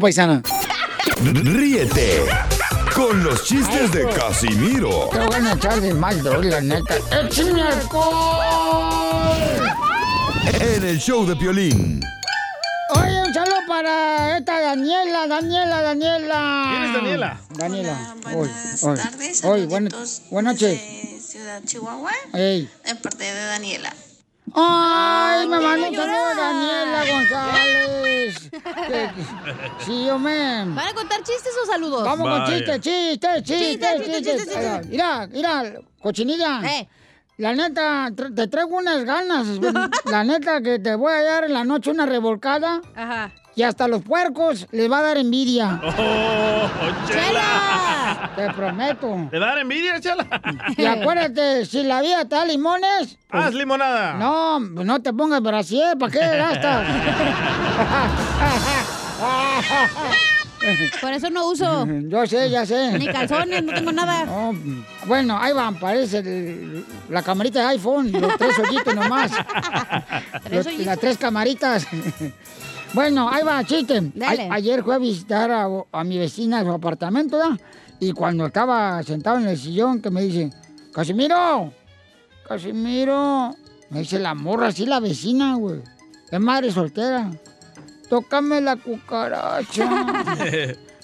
S6: paisana.
S4: Ríete con los chistes de Casimiro
S6: Te voy a echar de mal, la neta. ¡Échame
S4: en el show de Piolín.
S6: Oye, un saludo para esta Daniela, Daniela, Daniela.
S4: ¿Quién es Daniela?
S6: Daniela.
S19: Hola, buenas
S6: Hoy, hoy,
S19: tardes,
S6: hoy, buena- buenas noches.
S19: de Ciudad Chihuahua,
S6: Ey.
S19: de parte de Daniela.
S6: Ay, me
S19: quiero
S6: manda un saludo
S19: llorar.
S6: Daniela González. Que- Sí, hombre.
S12: ¿Van a contar chistes o saludos?
S6: Vamos con chistes, chistes,
S12: Chistes,
S6: chistes,
S12: chistes,
S6: chistes.
S12: chistes,
S6: Ahí va.
S12: chistes.
S6: Mira, mira, cochinilla. La neta, tr- te traigo unas ganas. la neta que te voy a dar en la noche una revolcada.
S12: Ajá.
S6: Y hasta los puercos les va a dar envidia.
S7: ¡Oh, Chela!
S6: Te prometo.
S7: ¿Le va a dar envidia, Chela?
S6: Y acuérdate, si la vida te da limones. pues
S7: Haz limonada.
S6: No, no te pongas brasier, ¿para qué gastas?
S12: Por eso no uso.
S6: Yo sé, ya sé.
S12: Ni calzones, no tengo nada.
S6: No, bueno, ahí van, parece el- la camarita de iPhone, los tres hoyitos nomás. Los- las tres camaritas. bueno, ahí va, chiste.
S12: Dale.
S6: A- ayer fui a visitar a, a mi vecina a su apartamento, ¿da? Y cuando estaba sentado en el sillón, que me dice, Casimiro, Casimiro, me dice la morra, así la vecina, güey. Es madre soltera. Tócame la cucaracha.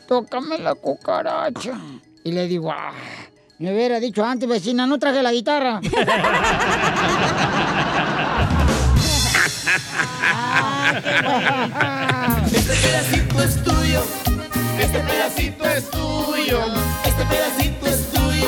S6: Tócame la cucaracha. Y le digo, ah, me hubiera dicho antes, vecina, no traje la guitarra.
S8: Este pedacito es tuyo. Este pedacito es tuyo. Este pedacito es tuyo.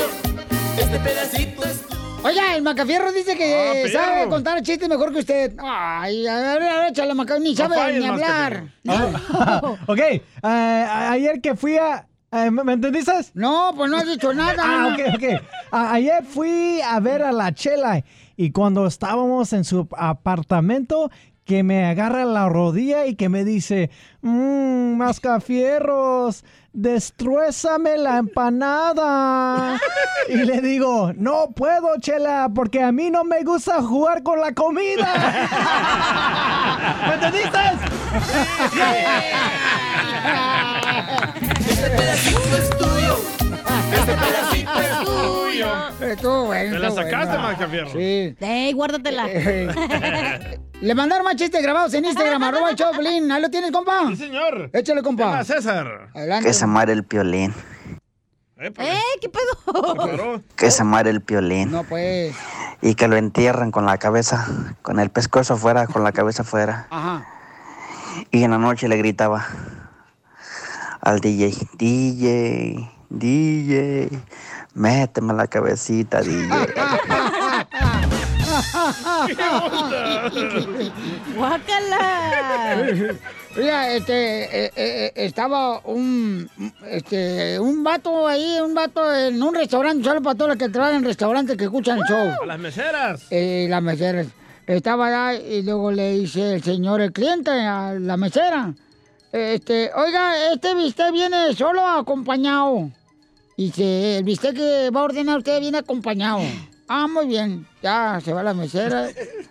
S8: Este pedacito es tuyo.
S6: Oiga, el Macafierro dice que
S8: Ah, perro.
S6: sabe contar chistes mejor que usted. Ay, a ver, a ver, échale, Macafierro, ni sabe ni hablar.
S20: ok, eh, a- ayer que fui a... eh, ¿Me me entendiste?
S6: No, pues no has dicho nada.
S20: Ah, ok, ok. A- ayer fui a ver a la Chela y cuando estábamos en su apartamento que me agarra la rodilla y que me dice, mmm, mascafierros, destruézame la empanada. y le digo, no puedo, Chela, porque a mí no me gusta jugar con la comida. ¿Me entendiste?
S8: Este pedacito es tuyo. Este pedacito es tuyo.
S6: Estuvo bueno.
S7: Te la
S6: estuvo
S7: sacaste,
S6: bueno.
S7: Macafierro.
S6: Sí.
S12: Ey, guárdatela.
S6: Le mandaron más chistes grabados en Instagram, arroba el Choplin. Ahí lo tienes, compa. Sí,
S7: señor.
S6: Échale, compa.
S7: Tema César.
S6: Adelante.
S21: muere el piolín.
S7: pues.
S12: ¡Eh, qué pedo!
S21: Que se muere el piolín.
S6: No, pues.
S21: Y que lo entierran con la cabeza, con el pescozo afuera, con la cabeza afuera.
S6: Ajá.
S21: Y en la noche le gritaba. al DJ. DJ, DJ, méteme la cabecita, DJ.
S6: ¡Guácala! Mira, este, eh, eh, estaba un, este, un vato ahí, un vato en un restaurante, solo para todos los que trabajan en restaurantes que escuchan el show.
S7: A las meseras.
S6: Eh, las meseras. Estaba allá y luego le dice el señor, el cliente, a la mesera. Este, oiga, este bistec viene solo o acompañado. Dice, el bistec que va a ordenar usted viene acompañado. Ah, muy bien. Ya se va a la mesera,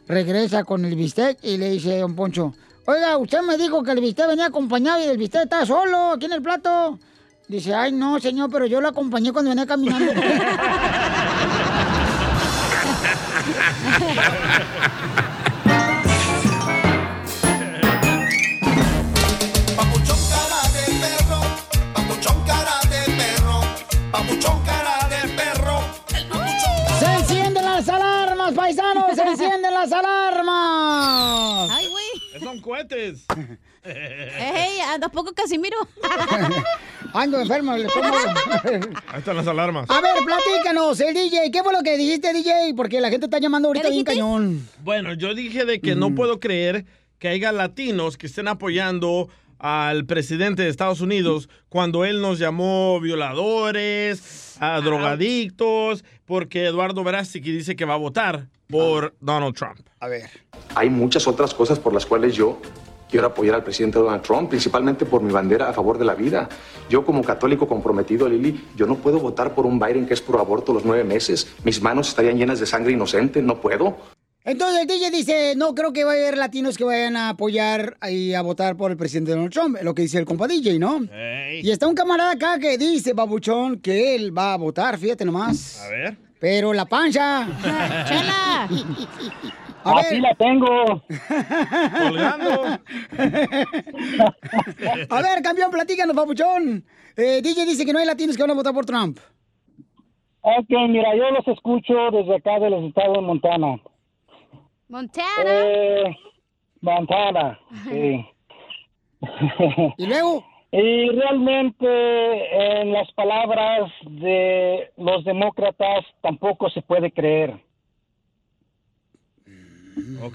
S6: regresa con el bistec y le dice don Poncho, oiga, usted me dijo que el bistec venía acompañado y el bistec está solo aquí en el plato. Dice, ay no, señor, pero yo lo acompañé cuando venía caminando.
S8: Papuchón cara de perro, papuchón cara de perro.
S6: ¡Se encienden las alarmas, paisanos! ¡Se encienden las alarmas!
S12: Ay, güey.
S7: Son cohetes.
S12: Ey, andas poco Casimiro.
S6: Ando enfermo, le pongo...
S7: Ahí están las alarmas.
S6: A ver, platícanos, el DJ, ¿qué fue lo que dijiste, DJ? Porque la gente está llamando ahorita bien cañón.
S7: Bueno, yo dije de que
S6: Mm.
S7: no puedo creer que haya latinos que estén apoyando al presidente de Estados Unidos cuando él nos llamó violadores, a drogadictos, porque Eduardo Verástegui dice que va a votar
S6: Ah.
S7: por Donald Trump.
S6: A ver.
S17: Hay muchas otras cosas por las cuales yo quiero apoyar al presidente Donald Trump, principalmente por mi bandera a favor de la vida. Yo como católico comprometido, Lili, yo no puedo votar por un Biden que es pro aborto los nueve meses. Mis manos estarían llenas de sangre inocente, no puedo.
S6: Entonces el DJ dice, no creo que vaya a haber latinos que vayan a apoyar y a votar por el presidente Donald Trump, lo que dice el compa DJ, ¿no? Y está un camarada acá que dice, babuchón, que él va a votar, fíjate nomás.
S7: A ver.
S6: Pero la pancha.
S12: ¡Chala!
S8: Aquí la
S6: tengo.
S8: Colgando.
S6: a ver, campeón, platícanos, papuchón. Eh, DJ dice que no hay latinos que van a votar por Trump.
S22: Ok, mira, yo los escucho desde acá de los estados de Montana.
S12: Montana.
S22: Eh, Montana, sí.
S6: ¿Y luego?
S22: Y realmente en las palabras de los demócratas tampoco se puede creer.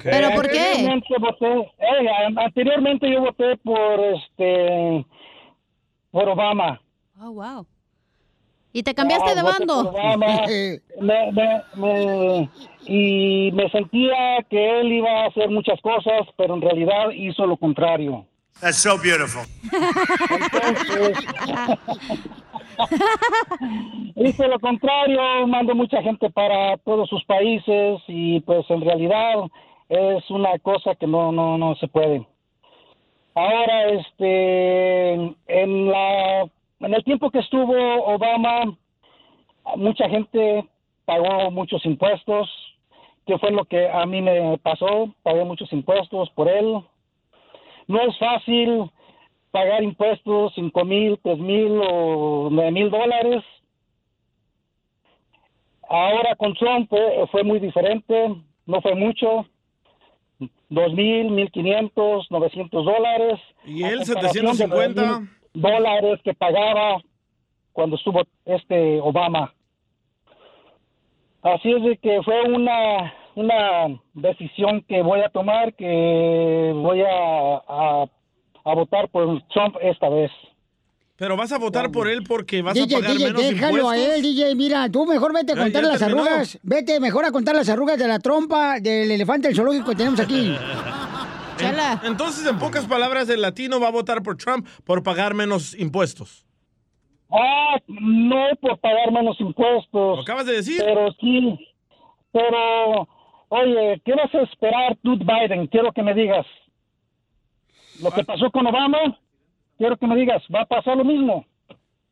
S12: ¿Pero por qué?
S22: Anteriormente, voté, eh, anteriormente yo voté por este por Obama.
S12: Oh, wow. Y te
S6: Oh,
S12: cambiaste
S22: Ah,
S12: de
S22: voté
S12: bando.
S22: por Obama. Me- me- me- y me sentía que él iba a hacer muchas cosas, pero en realidad hizo lo contrario.
S23: That's so beautiful.
S22: Este, Hizo lo contrario, mandó mucha gente para todos sus países y pues en realidad es una cosa que no no no se puede. Ahora este en la en el tiempo que estuvo Obama mucha gente pagó muchos impuestos, que fue lo que a mí me pasó, pagué muchos impuestos por él. No es fácil pagar impuestos cinco mil, tres mil o nueve mil dólares. Ahora con Trump fue, fue muy diferente, no fue mucho, dos mil, mil quinientos, novecientos dólares.
S7: Y él,
S22: a comparación de
S7: 750.
S22: 9,000 dólares que pagaba cuando estuvo este Obama. Así es de que fue una una decisión que voy a tomar, que voy a- a a votar por Trump esta vez.
S7: Pero vas a votar por él porque vas a
S22: DJ,
S7: pagar
S22: DJ,
S7: menos
S6: Déjalo
S7: impuestos.
S6: a él, DJ. Mira, tú mejor vete a
S7: Ya,
S6: contar
S7: ya
S6: las
S7: terminó.
S6: arrugas. Vete mejor a contar las arrugas de la trompa del elefante del zoológico que tenemos aquí.
S7: En- Entonces, en pocas palabras, el latino va a votar por Trump por pagar menos impuestos.
S22: Ah, no por pagar menos impuestos.
S7: acabas de decir.
S22: Pero sí, pero, oye, ¿qué vas a esperar tú, de Biden? Quiero que me digas. Lo
S7: Ah.
S22: que pasó con Obama, quiero que me digas, va a pasar lo mismo.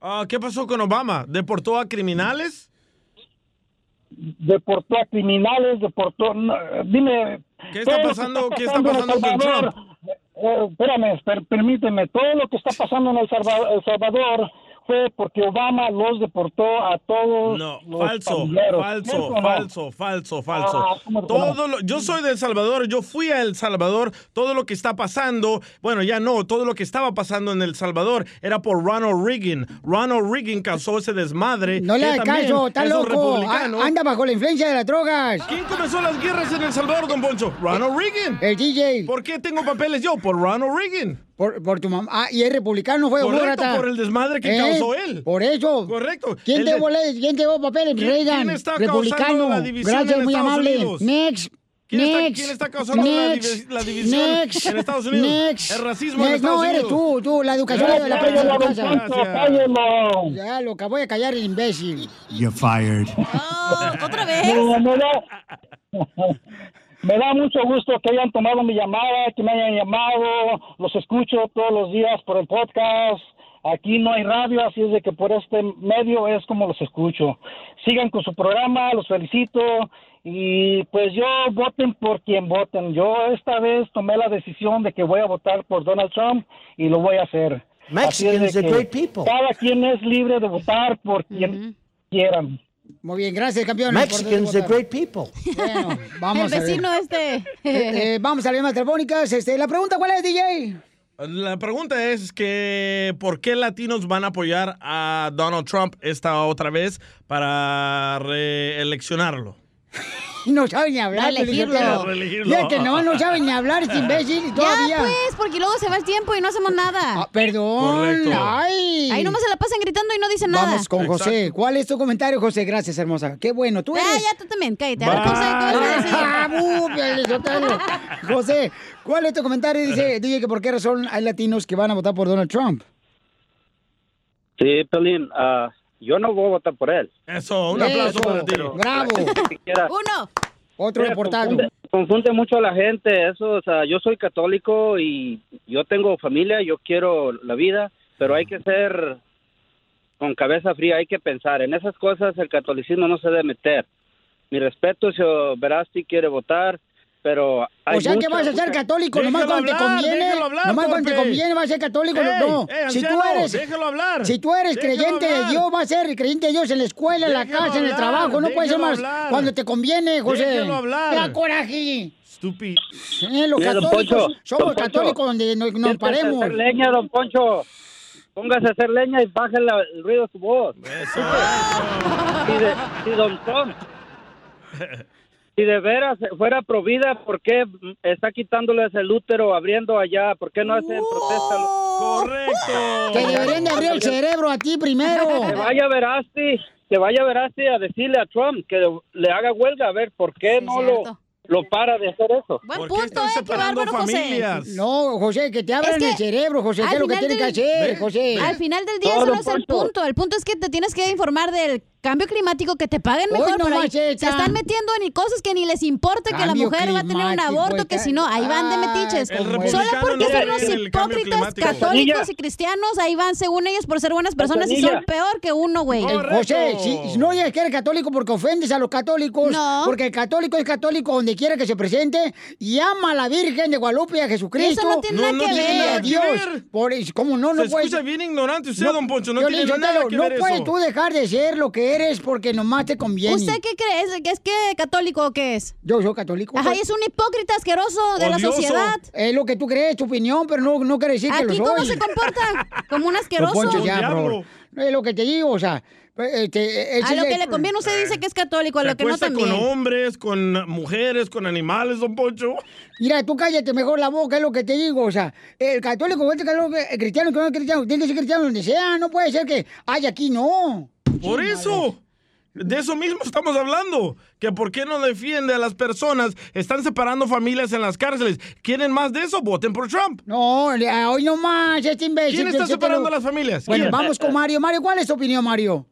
S7: Ah, ¿Qué pasó con Obama? ¿Deportó a criminales?
S22: Deportó a criminales, deportó... no, dime...
S7: ¿Qué está
S22: todo lo que
S7: pasando- qué está
S22: en El
S7: pasando con
S22: Salvador? Eh, espérame, per- permíteme, todo lo que está pasando en El Salva- El Salvador fue porque Obama los deportó a todos.
S7: No,
S22: los
S7: falso,
S22: pandilleros.
S7: falso,
S22: ¿Cierto o no?
S7: falso, falso, falso.
S22: Ah, ¿cómo que
S7: Todo lo- yo soy de El Salvador, yo fui a El Salvador. Todo lo que está pasando, bueno, ya no, todo lo que estaba pasando en El Salvador era por Ronald Reagan. Ronald Reagan causó ese desmadre.
S6: No le
S7: que
S6: hagas
S7: también
S6: caso, está
S7: es un
S6: loco.
S7: republicano.
S6: A- Anda bajo la influencia de las drogas. Eh,
S7: ¿Quién comenzó las guerras en El Salvador, don Poncho? Ronald Reagan.
S6: El DJ.
S7: ¿Por qué tengo papeles yo? Por Ronald Reagan.
S6: Por, por tu mamá. Ah, y es republicano, fue Eh,
S7: Correcto,
S6: demócrata.
S7: por el desmadre que causó él.
S6: Por eso.
S7: Correcto.
S6: ¿Quién
S7: El de-
S6: llevó, ley? ¿Quién llevó papeles?
S7: ¿Quién-
S6: Reagan.
S7: quién está causando
S6: republicano.
S7: la división
S6: Gracias,
S7: en
S6: muy
S7: Estados
S6: amable.
S7: Unidos?
S6: Next.
S7: ¿Quién está-
S6: Next.
S7: quién está causando la divi- la división
S6: Next.
S7: en Estados Unidos?
S6: Next.
S7: El racismo en
S6: Next. No,
S7: Estados
S6: eres tú,
S7: Unidos.
S6: tú. La educación de la
S7: Gracias,
S6: prensa. lo
S7: Gracias.
S6: pasa.
S7: Cállalo.
S6: Ya, lo acabo de callar, el imbécil.
S23: You're fired.
S12: ¿Otra
S22: Mira, me da- me da mucho gusto que hayan tomado mi llamada, que me hayan llamado. Los escucho todos los días por el podcast. Aquí no hay radio, así es de que por este medio es como los escucho. Sigan con su programa, los felicito. Y pues yo voten por quien voten. Yo esta vez tomé la decisión de que voy a votar por Donald Trump y lo voy a hacer. Así es de
S6: Mexicans are
S22: que
S6: great people.
S22: Cada quien es libre de votar por quien quieran.
S6: Muy bien, gracias, campeón.
S22: Mexicans
S6: Por
S22: are great
S6: people. Bueno, vamos
S12: El
S6: a ver.
S12: vecino este.
S6: Eh, eh, vamos a las más telefónicas. Este, la pregunta, ¿cuál es, DJ?
S7: La pregunta es que ¿por qué latinos van a apoyar a Donald Trump esta otra vez para reeleccionarlo?
S6: No saben ni hablar. pues,
S12: Para elegirlo.
S6: Felicitelo.
S7: Para elegirlo.
S6: Mira que no, no saben ni hablar, este imbécil, y todavía.
S12: Ya, pues, porque luego se va el tiempo y no hacemos nada.
S6: Perdón.
S12: Correcto.
S6: Ay.
S12: Ahí nomás se la pasan gritando y no dicen nada.
S6: Vamos con José. ¿Cuál es tu comentario, José? Gracias, hermosa. Qué bueno, tú eres.
S12: Ah, ya tú también, cállate. Ahora tú sabes cómo vas a
S6: Ah,
S12: decir.
S6: bu, Piolizotelo. José, ¿cuál es tu comentario? Dice, DJ, que por qué razón hay latinos que van a votar por Donald Trump.
S24: Sí, Pelín, ah, yo no voy a votar por él.
S7: Eso,
S6: un aplauso Eso, para ti. bravo.
S12: Uno.
S6: Otro reportado.
S24: Confunde, confunde mucho a la gente eso. O sea, yo soy católico y yo tengo familia, yo quiero la vida, pero hay que ser con cabeza fría, hay que pensar. En esas cosas el catolicismo no se debe meter. Mi respeto si Verasti quiere votar, pero... hay
S6: O sea
S24: mucha-
S6: que vas a ser
S24: mucha-
S6: católico, nomás cuando te conviene. nomás cuando te conviene vas a ser católico.
S24: Ey,
S6: no,
S24: ey,
S6: si tú
S24: anciano,
S6: eres.
S24: déjelo hablar.
S6: Si tú eres
S24: Déjelo
S6: creyente de
S24: hablar.
S6: Dios, vas a ser creyente de Dios en la escuela, en la
S24: Déjelo
S6: casa, en el
S24: hablar,
S6: trabajo. No puedes ser
S24: déjelo
S6: más
S24: hablar.
S6: cuando te conviene, José.
S24: Déjelo hablar.
S6: Te da coraje.
S7: Stupid.
S6: Eh, los
S24: Mira, don
S6: católicos
S24: Poncho,
S6: somos
S24: don Poncho,
S6: católicos donde nos, nos
S24: siéntese a hacer
S6: paremos.
S24: leña, don Poncho. Póngase a hacer leña y baje la- el ruido de su voz. Si, de, si don Tom, si de veras fuera provida, ¿por qué está quitándoles el útero abriendo allá? ¿Por qué no hacen protesta? Correcto.
S6: Te deberían de abrir el cerebro a ti primero.
S24: Que vaya Verasti, que vaya Verasti a decirle a Trump que le haga huelga, a ver, ¿por qué no lo, lo para de hacer eso?
S12: Buen punto, eh, qué bárbaro, José.
S6: No, José, que te abran
S12: Es que
S6: el cerebro, José.
S12: al
S6: ¿Qué es lo que
S12: final
S6: tiene que
S12: del-
S6: hacer, José?
S12: Al final del
S6: No,
S12: día eso no
S6: don
S12: es el
S6: Poncho.
S12: punto. El punto es que te tienes que informar del cambio climático, que te paguen
S6: Hoy
S12: mejor.
S6: no
S12: pero ahí
S6: más
S12: se
S6: echan.
S12: están metiendo en cosas que ni les importa que la
S6: Cambio
S12: mujer va a tener un
S6: climático,
S12: aborto, que
S6: está-
S12: si no, ahí van de
S6: Ay,
S12: metiches.
S6: El
S12: Solo
S6: republicano
S12: porque
S6: no
S12: son
S6: cree
S12: unos
S6: en el cambio
S12: hipócritas
S6: climático.
S12: católicos
S6: Cachanilla.
S12: y cristianos, ahí van según ellos por ser buenas personas y son
S6: Cachanilla.
S12: peor que uno, güey.
S6: El Eh, José, si, si no digas que eres católico porque ofendes a los católicos, porque el católico es católico donde quiera que se presente y ama a la Virgen de Guadalupe y a Jesucristo.
S12: Eso no tiene nada No, no que tiene ver.
S6: Y a
S12: nada que
S6: Dios.
S12: ver.
S6: Por, ¿Cómo no? No
S7: Se
S6: puedes.
S7: escucha bien ignorante usted, don Poncho, no
S6: Piolín
S7: tiene nada
S6: Sotelo,
S7: que
S6: no
S7: ver
S6: puedes
S7: eso.
S6: tú dejar de ser lo que eres porque nomás te conviene.
S12: ¿Usted qué cree? ¿Es- ¿Que es que católico o qué es?
S6: Yo soy católico.
S12: Ajá, y es un hipócrita asqueroso de la sociedad.
S6: Es lo que tú crees, tu opinión, pero no, no quiere decir que lo
S12: Aquí
S6: soy.
S12: cómo se comportan, como un asqueroso.
S6: Don Poncho, ya, por favor. No es lo que te digo, o sea. este,
S12: A
S6: ese
S12: lo
S6: es
S12: que
S6: el-
S12: le conviene usted dice que es católico, a
S7: Se
S12: lo que no
S7: acuesta
S12: también.
S7: con hombres, con mujeres, con animales, don Poncho.
S6: Mira, tú cállate mejor la boca, es lo que te digo. O sea, el católico, el católico, el cristiano, que no es cristiano, tiene que ser cristiano donde sea. No puede ser que, ay, aquí no.
S7: Por eso. De eso mismo estamos hablando. Que por qué no defiende a las personas. Están separando familias en las cárceles. ¿Quieren más de eso? Voten por Trump.
S6: No, le- ah, hoy no más, este imbécil.
S7: ¿Quién está
S6: Yo te
S7: separando a las familias?
S6: Bueno,
S7: ¿Quién?
S6: vamos con Mario. Mario, ¿cuál es tu opinión, Mario?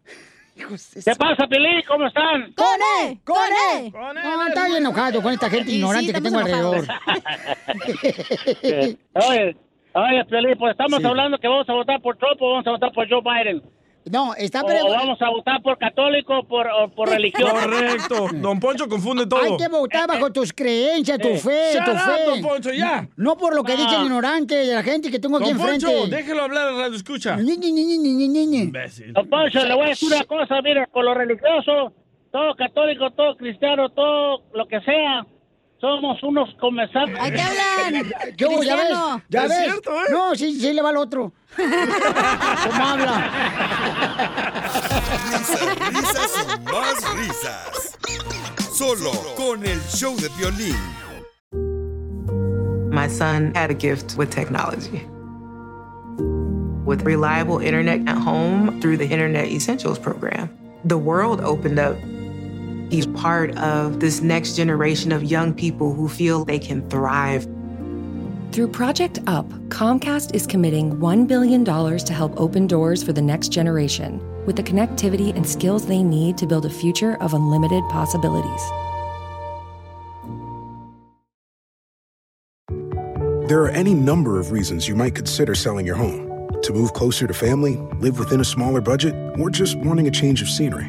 S5: ¿Qué pasa, Pelín? ¿Cómo están?
S6: ¡Con él! ¡Con él! No, está bien enojado con esta gente
S5: Y sí,
S6: ignorante que
S5: estamos
S6: tengo alrededor.
S5: oye, oye, Piolín, pues estamos hablando que vamos a votar por Trump o vamos a votar por Joe Biden.
S6: No, está
S22: O
S6: pregun-
S22: vamos a votar por católico por, o por religión.
S7: Correcto. Don Poncho confunde todo.
S6: Hay que votar bajo tus creencias, tu
S7: Eh,
S6: fe,
S7: shut
S6: tu
S7: up,
S6: fe.
S7: don Poncho, ya.
S6: No por lo que
S7: Ah.
S6: dice el ignorante de la gente que tengo aquí
S7: Don
S6: enfrente.
S7: Poncho, déjelo hablar a Radio Escucha.
S6: Ni, ni, ni, ni, ni, ni, ni.
S22: Don Poncho, le voy a decir una cosa, mira, con lo religioso, todo católico, todo cristiano, todo lo que sea, somos unos comensales.
S12: ¡Ahí te hablan!
S6: ¿Qué hubo? ¿Ya ves? ¿Ya ves?
S7: ¿eh?
S6: No, sí, sí, le va al otro. ¿Cómo habla?
S4: Risas, risas y más risas. Solo con el show de violín.
S2: My son had a gift with technology. With reliable internet at home through the Internet Essentials program, the world opened up. He's part of this next generation of young people who feel they can thrive.
S3: Through Project UP, Comcast is committing $1 billion to help open doors for the next generation with the connectivity and skills they need to build a future of unlimited possibilities.
S21: There are any number of reasons you might consider selling your home to move closer to family, live within a smaller budget, or just wanting a change of scenery.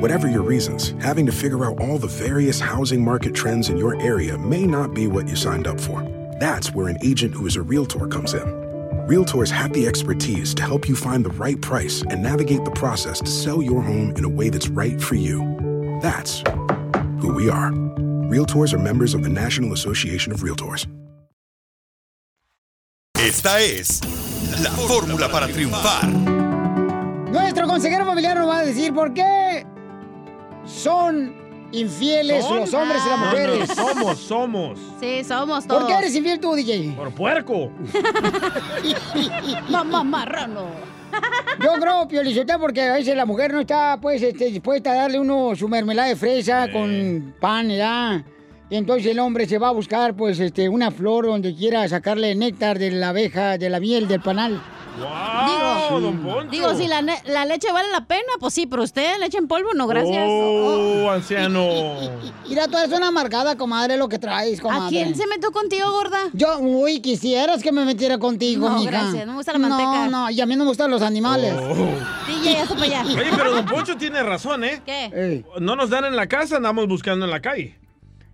S21: Whatever your reasons, having to figure out all the various housing market trends in your area may not be what you signed up for. That's where an agent who is a realtor comes in. Realtors have the expertise to help you find the right price and navigate the process to sell your home in a way that's right for you. That's who we are. Realtors are members of the National Association of Realtors.
S4: Esta es la fórmula para triunfar.
S6: Nuestro consejero familiar nos va a decir por qué son infieles
S7: ¿Son? Ah,
S6: los hombres y las
S7: No, no,
S6: mujeres.
S7: somos, somos.
S12: Sí, somos todos.
S6: ¿Por qué eres infiel tú, DJ?
S7: Por puerco.
S6: Mamá marrano. Yo creo, Piolizotea, porque a veces la mujer no está pues, este, dispuesta a darle uno su mermelada de fresa con pan, ¿verdad? Y entonces el hombre se va a buscar pues este, una flor donde quiera sacarle néctar de la abeja, de la miel, del panal.
S12: Digo, digo, si la, ne- la leche vale la pena, pues sí, pero usted leche en polvo, no, gracias.
S7: Oh, anciano.
S6: Mira, tú eres una amargada, comadre, lo que traes, comadre.
S12: ¿A quién se metió contigo, gorda?
S6: Yo, uy, quisieras que me metiera contigo,
S12: No,
S6: mija.
S12: gracias, no me gusta la manteca. Oh.
S6: No, no, y a mí no me gustan los animales.
S12: DJ, hazte para allá.
S7: Oh. Oye, pero Don Poncho tiene razón, ¿eh?
S6: ¿Qué?
S7: No nos dan en la casa, andamos buscando en la calle.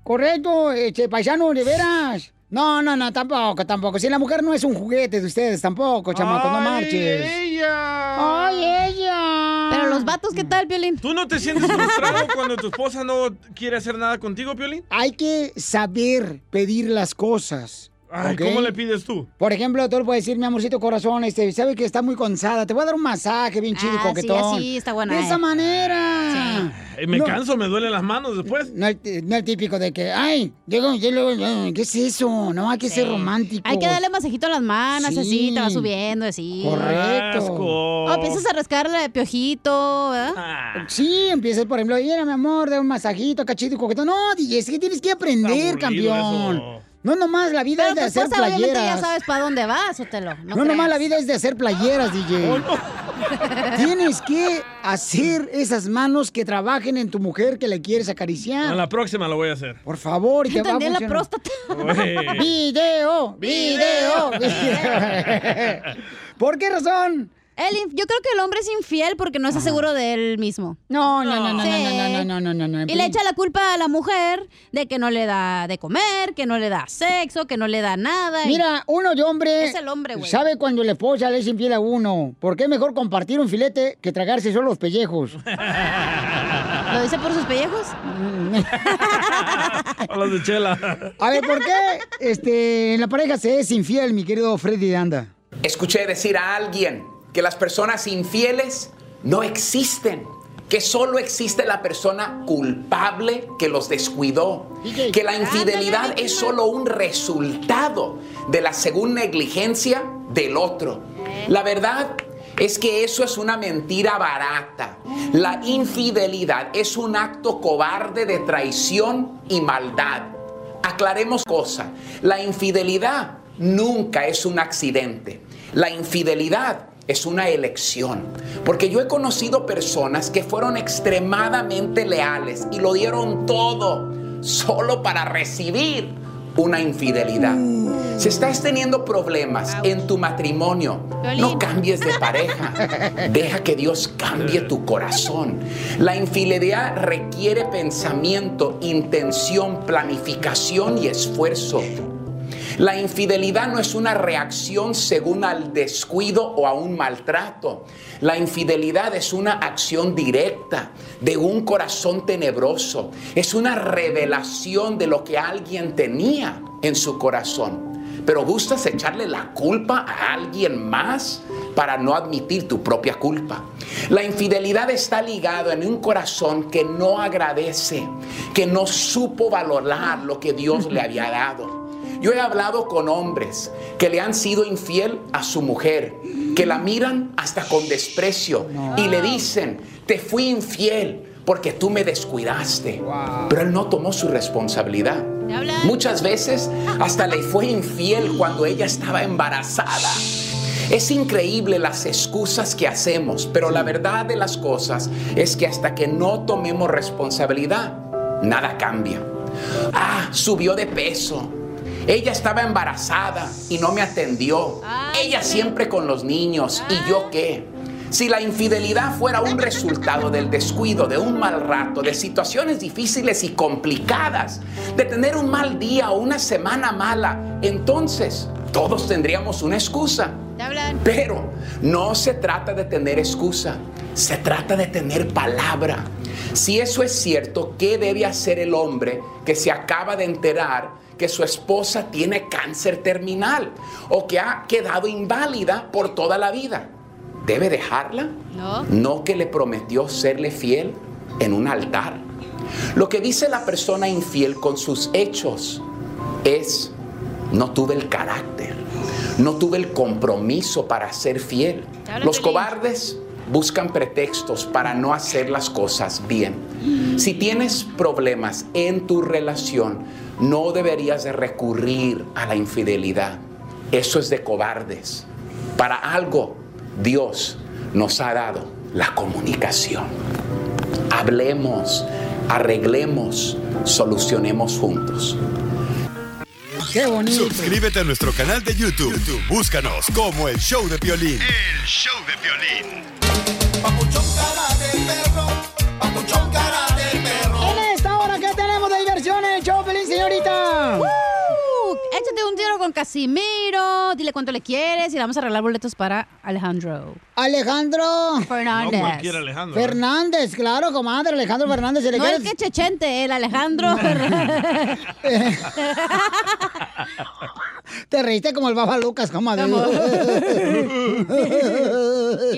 S6: Correcto, este, paisano, de veras. No, no, no, tampoco, tampoco. Si la mujer no es un juguete de ustedes, tampoco, chamaco, no
S7: Ay,
S6: marches.
S7: ella!
S6: ¡Ay, ella!
S12: Pero los vatos, ¿qué tal, Piolín?
S7: ¿Tú no te sientes frustrado cuando tu esposa no quiere hacer nada contigo, Piolín?
S6: Hay que saber pedir las cosas.
S7: Ay,
S6: ¿ok?
S7: ¿cómo le pides tú?
S6: Por ejemplo, tú le puedes decir, mi amorcito corazón, este, sabe que está muy cansada, te voy a dar un masaje bien chido y
S12: Ah, sí,
S6: coquetón.
S12: así está buena,
S6: De
S12: eh.
S6: esa manera.
S7: Eh, me
S6: No.
S7: canso, me duelen las manos después.
S6: No el, no el típico de que, ay, llegó, llegó, llegó, ¿qué es eso? No, hay que ser romántico.
S12: Hay que darle masajito a las manos,
S6: Sí.
S12: así, te va subiendo, así.
S6: Correcto.
S12: O empiezas a rascarle de piojito, ¿verdad?
S6: Sí, empiezas, por ejemplo, mira, mi amor, de un masajito, cachito y coqueto. No, DJ, es que tienes que aprender, campeón. No, nomás la vida es de
S12: Tu
S6: hacer
S12: esposa pues, obviamente ya
S6: playeras.
S12: sabes para dónde vas, Otelo. No,
S6: no,
S12: creas.
S6: nomás la vida es de hacer playeras, DJ.
S7: Oh,
S6: Tienes que hacer esas manos que trabajen en tu mujer que le quieres acariciar.
S7: A la próxima lo voy a hacer.
S6: Ah. Por favor, y te va a
S12: Entendí la
S6: funcionar.
S12: próstata.
S7: Oye.
S6: Video, video. ¿Por qué razón?
S12: El inf- yo creo que el hombre es infiel porque no está seguro de él mismo.
S6: No, no, no, no,
S12: Sí.
S6: no, no, no, no, no, no, no.
S12: Y le echa la culpa a la mujer de que no le da de comer, que no le da sexo, que no le da nada. y-
S6: Mira, uno de hombre.
S12: Es el hombre, güey.
S6: Sabe cuando la esposa le es infiel a uno. ¿Por qué es mejor compartir un filete que tragarse solo los pellejos?
S12: ¿Lo dice por sus pellejos?
S7: A las de chela.
S6: A ver, ¿por qué este, en la pareja se es infiel, mi querido Freddy de Anda?
S13: Escuché decir a alguien que las personas infieles no existen, que solo existe la persona culpable que los descuidó, que la infidelidad es solo un resultado de la según negligencia del otro. La verdad es que eso es una mentira barata. La infidelidad es un acto cobarde de traición y maldad. Aclaremos cosa, la infidelidad nunca es un accidente. La infidelidad es una elección. Porque yo he conocido personas que fueron extremadamente leales y lo dieron todo solo para recibir una infidelidad. Si estás teniendo problemas en tu matrimonio, no cambies de pareja. Deja que Dios cambie tu corazón. La infidelidad requiere pensamiento, intención, planificación y esfuerzo. La infidelidad no es una reacción según al descuido o a un maltrato. La infidelidad es una acción directa de un corazón tenebroso. Es una revelación de lo que alguien tenía en su corazón. Pero gustas echarle la culpa a alguien más para no admitir tu propia culpa. La infidelidad está ligado en un corazón que no agradece, que no supo valorar lo que Dios le había dado. Yo he hablado con hombres que le han sido infiel a su mujer, que la miran hasta con desprecio y le dicen, te fui infiel porque tú me descuidaste. Pero él no tomó su responsabilidad. Muchas veces hasta le fue infiel cuando ella estaba embarazada. Es increíble las excusas que hacemos, pero la verdad de las cosas es que hasta que no tomemos responsabilidad, nada cambia. Ah, subió de peso, ella estaba embarazada y no me atendió. Ella siempre con los niños. ¿Y yo qué? Si la infidelidad fuera un resultado del descuido, de un mal rato, de situaciones difíciles y complicadas, de tener un mal día o una semana mala, entonces todos tendríamos una excusa. Pero no se trata de tener excusa, se trata de tener palabra. Si eso es cierto, ¿qué debe hacer el hombre que se acaba de enterar que su esposa tiene cáncer terminal o que ha quedado inválida por toda la vida. ¿Debe dejarla?
S8: No.
S13: No que le prometió serle fiel en un altar. Lo que dice la persona infiel con sus hechos es, no tuve el carácter, no tuve el compromiso para ser fiel. Los cobardes buscan pretextos para no hacer las cosas bien. Si tienes problemas en tu relación, no deberías de recurrir a la infidelidad. Eso es de cobardes. Para algo Dios nos ha dado la comunicación. Hablemos, arreglemos, solucionemos juntos.
S6: Qué bonito.
S4: Suscríbete a nuestro canal de YouTube. YouTube, Búscanos como el show de violín. El show de violín.
S6: En esta hora que tenemos de diversión en el show, feliz señorita.
S12: Uh, Échate un tiro con Casimiro, dile cuánto le quieres y le vamos a arreglar boletos para Alejandro.
S6: Alejandro.
S12: Fernández.
S7: cualquiera Alejandro, ¿eh? ¿verdad?
S6: Fernández, claro, comadre, Alejandro Fernández. Si le
S12: No
S6: quieres-
S12: el que chechente, el Alejandro.
S6: Te reíste como el Baba Lucas, comadre.
S12: Como- y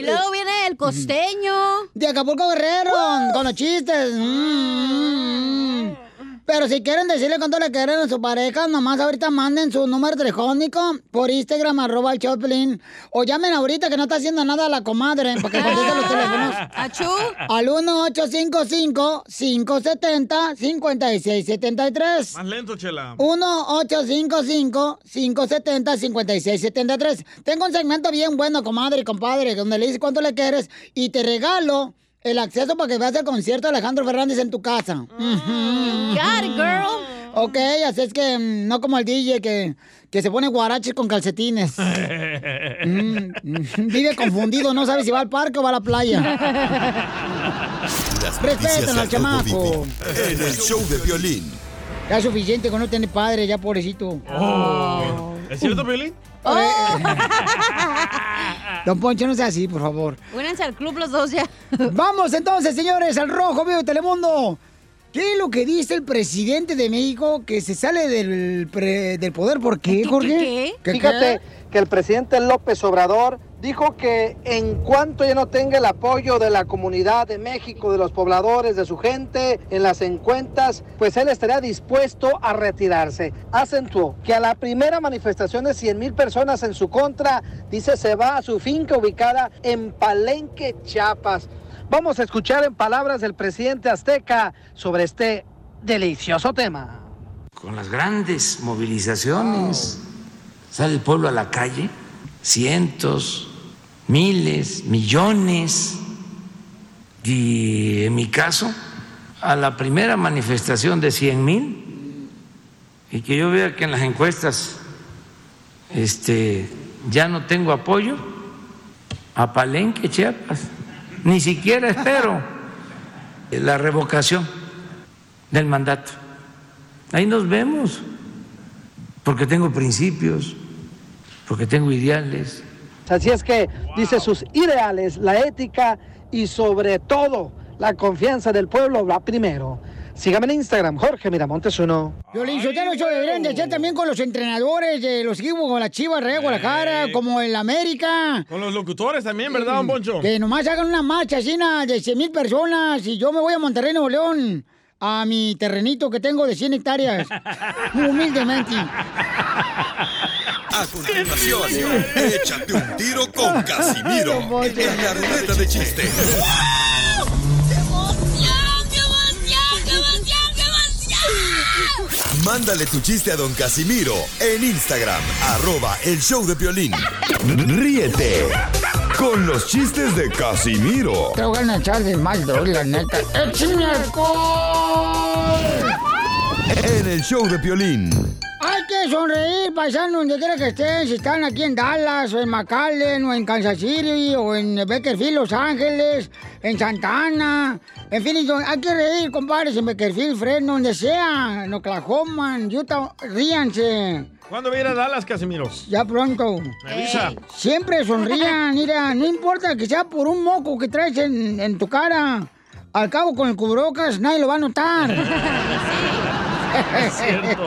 S12: luego viene el costeño.
S6: De Acapulco Guerrero, con los chistes. Mm, mm. Pero si quieren decirle cuánto le quieren a su pareja, nomás ahorita manden su número telefónico por Instagram, arroba el Choplin. O llamen ahorita que no está haciendo nada la comadre, porque conteste los teléfonos.
S12: ¿Achú?
S6: Al 1-855-570-5673.
S7: Más lento, Chela.
S6: 1-855-570-5673. Tengo un segmento bien bueno, comadre y compadre, donde le dices cuánto le quieres y te regalo el acceso para que veas el concierto de Alejandro Fernández en tu casa.
S12: Mm, got it, girl.
S6: Ok, así es que mm, no como el DJ que, que se pone guaraches con calcetines. Mm, mm, vive confundido, no sabe si va al parque o va a la playa.
S4: Las
S6: Respeten
S4: noticias
S6: al
S4: del
S6: chamaco.
S4: vivo En el show de violín.
S6: Ya es suficiente con no tener padre, ya pobrecito.
S7: Oh. ¿Es cierto, Piolín?
S6: Don Poncho, no sea así, por favor.
S12: Oh. Únanse al club los dos ya.
S6: Vamos entonces, señores, al rojo vivo de Telemundo. ¿Qué es lo que dice el presidente de México que se sale del, pre- del poder? ¿Por qué, Jorge? ¿Qué, qué?
S9: Fíjate que el presidente López Obrador dijo que en cuanto ya no tenga el apoyo de la comunidad de México, de los pobladores, de su gente, en las encuestas, pues él estaría dispuesto a retirarse. Acentuó que a la primera manifestación de 100 mil personas en su contra, dice se va a su finca ubicada en Palenque, Chiapas. Vamos a escuchar en palabras del presidente azteca sobre este delicioso tema.
S14: con las grandes movilizaciones. Sale el pueblo a la calle, cientos, miles, millones. Y en mi caso, a la primera manifestación de 100 mil, y que yo vea que en las encuestas este, ya no tengo apoyo, a Palenque, Chiapas. Ni siquiera espero la revocación del mandato. Ahí nos vemos, porque tengo principios, porque tengo ideales.
S9: Así es que dice sus ideales, la ética y sobre todo la confianza del pueblo va primero. Sígame en Instagram, Jorge Miramontes uno.
S6: Violín Sotelo, eso deberían de hacer también con los entrenadores de los equipos, como la Chivas Real Guadalajara, como el América.
S7: Con los locutores también, ¿verdad, don Poncho?
S6: Que nomás hagan una marcha así na, de 100 mil personas y yo me voy a Monterrey, Nuevo León, a mi terrenito que tengo de 100 hectáreas. Humildemente.
S4: A continuación, échate un tiro con Casimiro en la ruleta de chiste. Mándale tu chiste a don Casimiro en Instagram, arroba el show de Piolín. Ríete con los chistes de Casimiro
S6: Te voy a echar de mal, doy, la neta. ¡Eh, ¡Échame alcohol!
S4: en el show de Piolín.
S6: Hay que sonreír, paisano, donde quiera que estén. Si están aquí en Dallas, o en McAllen, o en Kansas City, o en Beckerfield, Los Ángeles, en Santa Ana. En fin, don- hay que reír, compadres, en Beckerfield, Fresno, donde sea. En Oklahoma, en Utah, ríanse.
S7: ¿Cuándo va a ir a Dallas, Casimiro?
S6: Ya pronto.
S7: Me avisa.
S6: Siempre sonrían, mira, no importa que sea por un moco que traes en, en tu cara. Al cabo, con el cubrocas, nadie lo va a notar.
S8: Es cierto.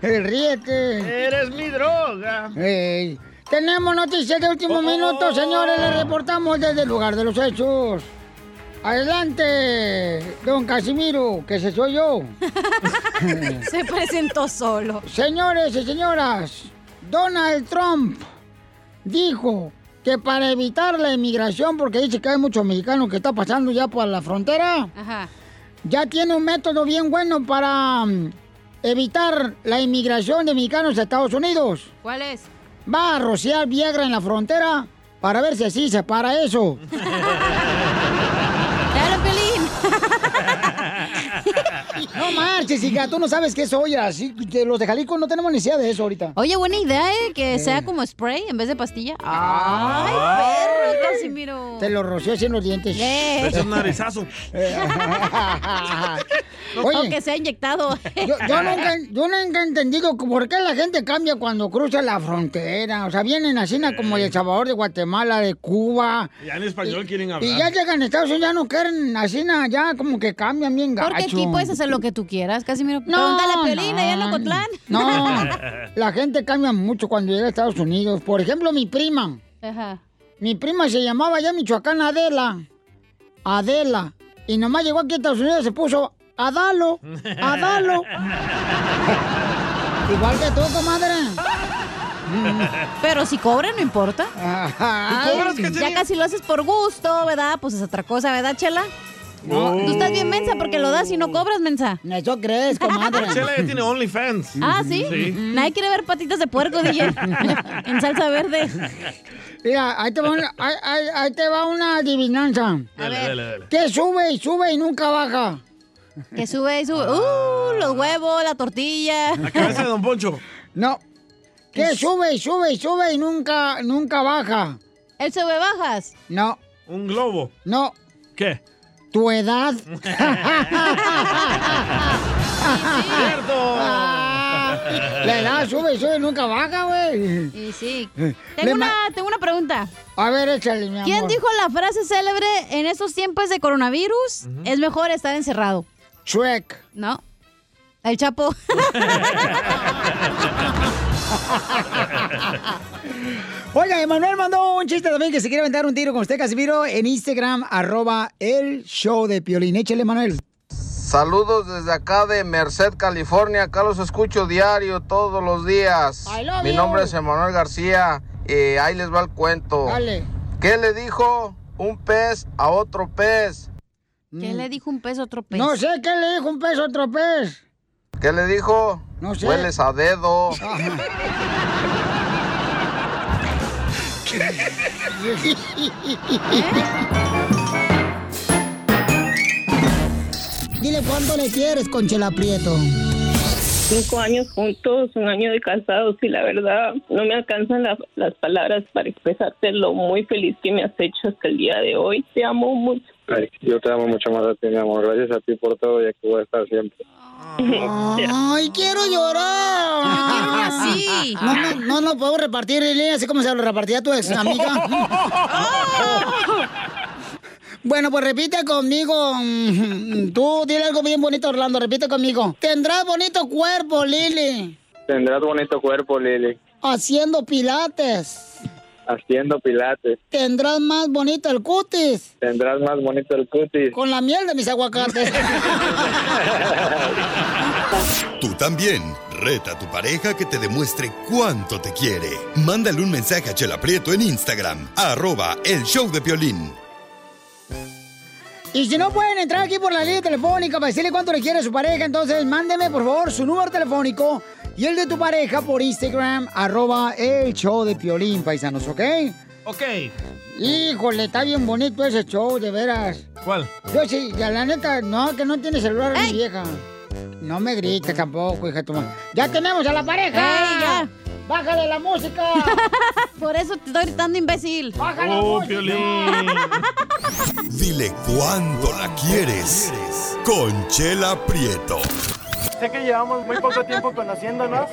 S6: Ríete.
S7: Eres mi droga.
S6: Ey. Tenemos noticias de último minuto, señores. Les reportamos desde el lugar de los hechos. Adelante, don Casimiro, que se soy yo.
S12: Se presentó solo.
S6: Señores y señoras, Donald Trump dijo que para evitar la inmigración, porque dice que hay muchos mexicanos que está pasando ya por la frontera,
S12: Ajá.
S6: ya tiene un método bien bueno para mm, evitar la inmigración de mexicanos a Estados Unidos.
S12: ¿Cuál es?
S6: Va a rociar Viagra en la frontera para ver si así se para eso.
S12: ¡Claro, Pelín!
S6: No marches, hija, tú no sabes qué es olla. Así que los de Jalisco no tenemos necesidad de eso ahorita.
S12: Oye, buena idea, ¿eh? Que sea como spray en vez de pastilla.
S6: Ah.
S12: ¡Ay, perro, Casimiro!
S6: Te lo roció así en los dientes.
S12: Es un
S7: narizazo.
S6: Oye.
S12: Aunque sea inyectado.
S6: Yo, yo nunca, yo nunca he entendido por qué la gente cambia cuando cruza la frontera. O sea, vienen así na, como de El Salvador, de Guatemala, de Cuba.
S7: Ya en español quieren hablar.
S6: Y ya llegan a Estados Unidos, ya no quieren así, na, ya como que cambian bien gacho.
S12: Porque aquí puedes hacer lo que tú quieras, Casimiro. Pregúntale a Piolín, allá en Ocotlán.
S6: No, la gente cambia mucho cuando llega a Estados Unidos. Por ejemplo, mi prima.
S12: Ajá.
S6: Mi prima se llamaba ya en Michoacán Adela. Adela. Y nomás llegó aquí a Estados Unidos y se puso Adalo. Adalo. Igual que tú, comadre.
S12: Pero si cobran, no importa.
S6: ¿Y cobras, Cachanilla?
S12: ya casi lo haces por gusto, ¿verdad? Pues es otra cosa, ¿verdad, Chela? No, tú estás bien mensa porque lo das y no cobras, mensa.
S6: Oh. Eso crees, comadre.
S7: Chela ya tiene OnlyFans.
S12: Ah, ¿sí? Nadie quiere ver patitas de puerco, DJ. en salsa verde.
S6: Mira, ahí te va una, ahí- ahí- ahí te va una adivinanza.
S7: Dale, dale, dale.
S6: Que sube y sube y nunca baja.
S12: Que sube y sube. ¡Uh! Los huevos, la tortilla.
S7: La cabeza de Don Poncho.
S6: No. Que sube y sube y sube y nunca, nunca baja.
S12: ¿El sube bajas?
S6: No.
S7: Un globo.
S6: No.
S7: ¿Qué?
S6: Tu edad.
S7: ¡Cierto!
S12: Ah.
S6: La edad sube y sube y nunca baja, güey.
S12: Y sí.
S6: Le
S12: Tengo una, tengo una pregunta.
S6: A ver, échale, mi amor.
S12: ¿Quién dijo la frase célebre en estos tiempos de coronavirus? Es mejor estar encerrado.
S6: Shrek.
S12: No. El Chapo.
S6: Oiga, Emanuel mandó un chiste también que se quiere aventar un tiro con usted, Casimiro, en Instagram, arroba el show de Piolín. Échale, Emanuel.
S11: Saludos desde acá de Merced, California. Acá los escucho diario, todos los días.
S6: I love
S11: Mi
S6: you.
S11: nombre es Emanuel García y ahí les va el cuento.
S6: Dale.
S11: ¿Qué le dijo un pez a otro pez?
S12: ¿Qué le dijo un peso a otro pez?
S6: No sé qué le dijo un pez a otro pez.
S11: ¿Qué le dijo?
S6: No sé.
S11: Hueles a dedo.
S6: Dile cuánto le quieres, Conchela Prieto.
S10: cinco años juntos, un año de casados y la verdad no me alcanzan la- las palabras para expresarte lo muy feliz que me has hecho hasta el día de hoy. Te amo mucho.
S15: Ay, yo te amo mucho más a ti, mi amor. Gracias a ti por todo y aquí voy a estar siempre.
S6: ¡Ay, quiero llorar! ¡No quiero así! No, no, no, no puedo repartir, Lili, así como se lo repartía tu ex amiga. Bueno, pues repite conmigo. mm, Tú dile algo bien bonito, Orlando. Repite conmigo. Tendrás bonito cuerpo, Lili.
S15: Tendrás bonito cuerpo, Lili,
S6: Haciendo pilates.
S15: haciendo pilates.
S6: Tendrás más bonito el cutis.
S15: Tendrás más bonito el cutis.
S6: Con la miel de mis aguacates.
S4: Tú también. Reta a tu pareja que te demuestre cuánto te quiere. Mándale un mensaje a Chela Prieto en Instagram, arroba el show de Piolín.
S6: Y si no pueden entrar aquí por la línea telefónica para decirle cuánto le quiere a su pareja, entonces mándeme por favor su número telefónico y el de tu pareja por Instagram, arroba el show de Piolín, paisanos, ¿ok?
S7: Ok.
S6: Híjole, está bien bonito ese show, de veras.
S7: ¿Cuál?
S6: Yo sí, ya la neta, no, que no tiene celular mi vieja. No me grites tampoco, hija de tu madre. ¡Ya tenemos a la pareja!
S12: ¡Ey, ya!
S6: ¡Bájale la música!
S12: Por eso te estoy gritando, imbécil.
S6: ¡Bájale
S4: Oh, Dile cuánto la quieres. Con Chela Prieto.
S16: Sé que llevamos muy poco tiempo conociéndonos.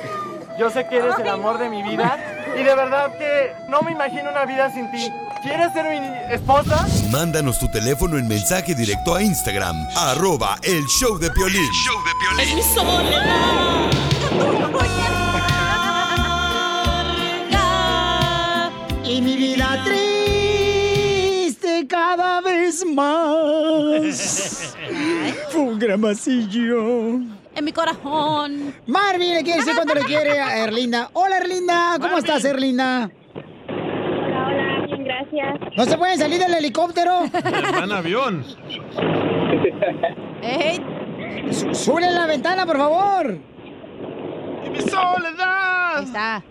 S16: Yo sé que eres el amor de mi vida. Y de verdad que no me imagino una vida sin ti. ¿Quieres ser mi esposa?
S4: Mándanos tu teléfono en mensaje directo a Instagram, arroba el show de Piolín.
S8: Es mi soledad.
S6: Y mi vida triste cada vez más. Fue un gran masillo.
S12: En mi corazón.
S6: Marvin le quiere decir cuánto le quiere a Erlinda. Hola Erlinda, ¿cómo estás Erlinda?
S10: Hola, bien, gracias.
S6: ¿No se pueden salir del helicóptero?
S7: Van avión.
S6: Su- ¡Sule la ventana, por favor!
S7: ¡Mi soledad!
S12: Ahí está.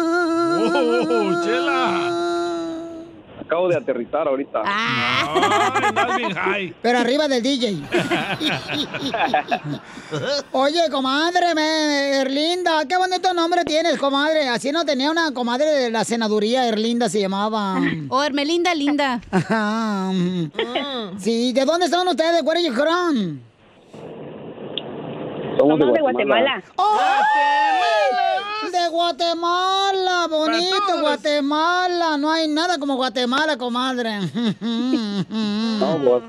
S6: ¡Amarga!
S15: ¡Oh, Chela! Acabo de aterrizar ahorita.
S6: Ah. Pero arriba del DJ. Oye, comadre, me- Erlinda, qué bonito nombre tienes, comadre. Así no tenía una comadre de la senaduría, Erlinda se llamaba.
S12: O Oh, Ermelinda Linda.
S6: Ajá. Sí, ¿de dónde son ustedes? ¿De Where are you from?
S10: Somos de Guatemala.
S6: ¡Ay! ¡Oh! De Guatemala, bonito Guatemala. No hay nada como Guatemala, comadre. Ujú.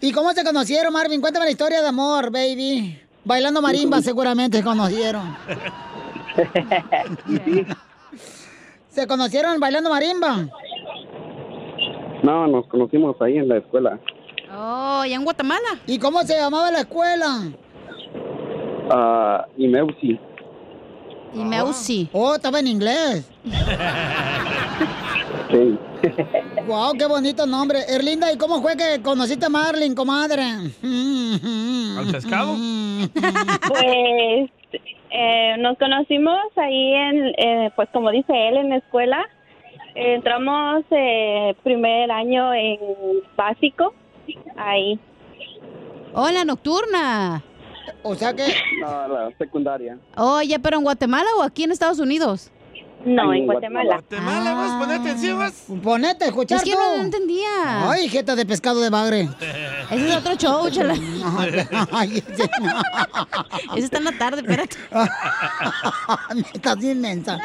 S6: ¿Y cómo se conocieron, Marvin? Cuéntame la historia de amor, baby. Bailando marimba seguramente se conocieron. ¿Se conocieron bailando marimba?
S15: No, nos conocimos ahí en la escuela.
S12: Oh, ¿y en Guatemala?
S6: ¿Y cómo se llamaba la escuela?
S15: Ah, y Meusi.
S12: Y me ausi.
S6: Oh, estaba en inglés.
S15: Sí.
S6: Wow, qué bonito nombre. Erlinda, ¿y cómo fue que conociste a Marlin, comadre?
S7: ¿Al pescado?
S10: Pues eh, nos conocimos ahí en, eh, pues como dice él, en la escuela. Entramos eh, primer año en básico, ahí.
S12: Hola, nocturna.
S6: O sea que.
S15: No, la secundaria.
S12: Oye, pero en Guatemala o aquí en Estados Unidos?
S10: No,
S15: en Guatemala.
S12: Guatemala, vas, ponete encima.
S6: Ponete a escuchar
S12: Es que
S6: tú.
S12: no lo entendía.
S6: Ay, jeta de pescado de bagre.
S12: Ese es otro show, chela.
S6: Ay, ese-
S12: Ese está en la tarde, espérate.
S6: Estás inmensa.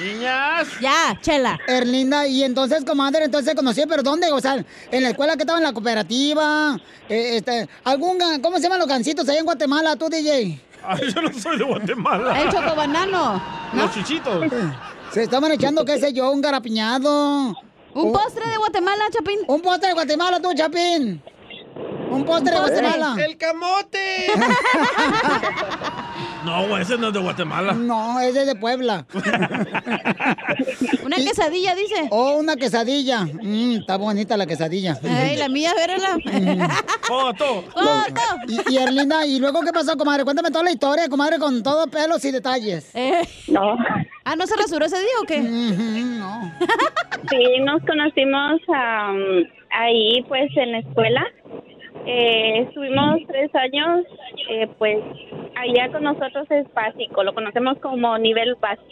S7: Niñas.
S6: Ya, chela. Erlinda, y entonces, comadre, entonces se conocí, pero ¿dónde? O sea, en la escuela que estaba en la cooperativa. Eh, este, algún, gan- ¿Cómo se llaman los gancitos allá en Guatemala, tú, DJ?
S7: Ay, yo no soy de Guatemala.
S6: El chocobanano.
S7: Los chichitos.
S6: Se estaban echando, qué sé yo, un garapiñado.
S12: Un postre de Guatemala, Chapín.
S6: Un postre de Guatemala, tú, Chapín. Un postre de Guatemala.
S7: El camote. No, ese no es de Guatemala.
S6: No, ese es de Puebla.
S12: una quesadilla, dice.
S6: Oh, una quesadilla. Mm, está bonita la quesadilla.
S12: Ay, Oh, la mía, vérela.
S6: Oh,
S7: Foto.
S6: Y, y Erlinda, ¿y luego qué pasó, comadre? Cuéntame toda la historia, comadre, con todo pelos y detalles.
S10: No.
S12: Eh, Ah, ¿no se rasuró ese día o qué?
S6: No.
S10: Sí, nos conocimos am, ahí pues en la escuela. Eh, estuvimos tres años, eh, pues allá con nosotros es básico, lo conocemos como nivel básico.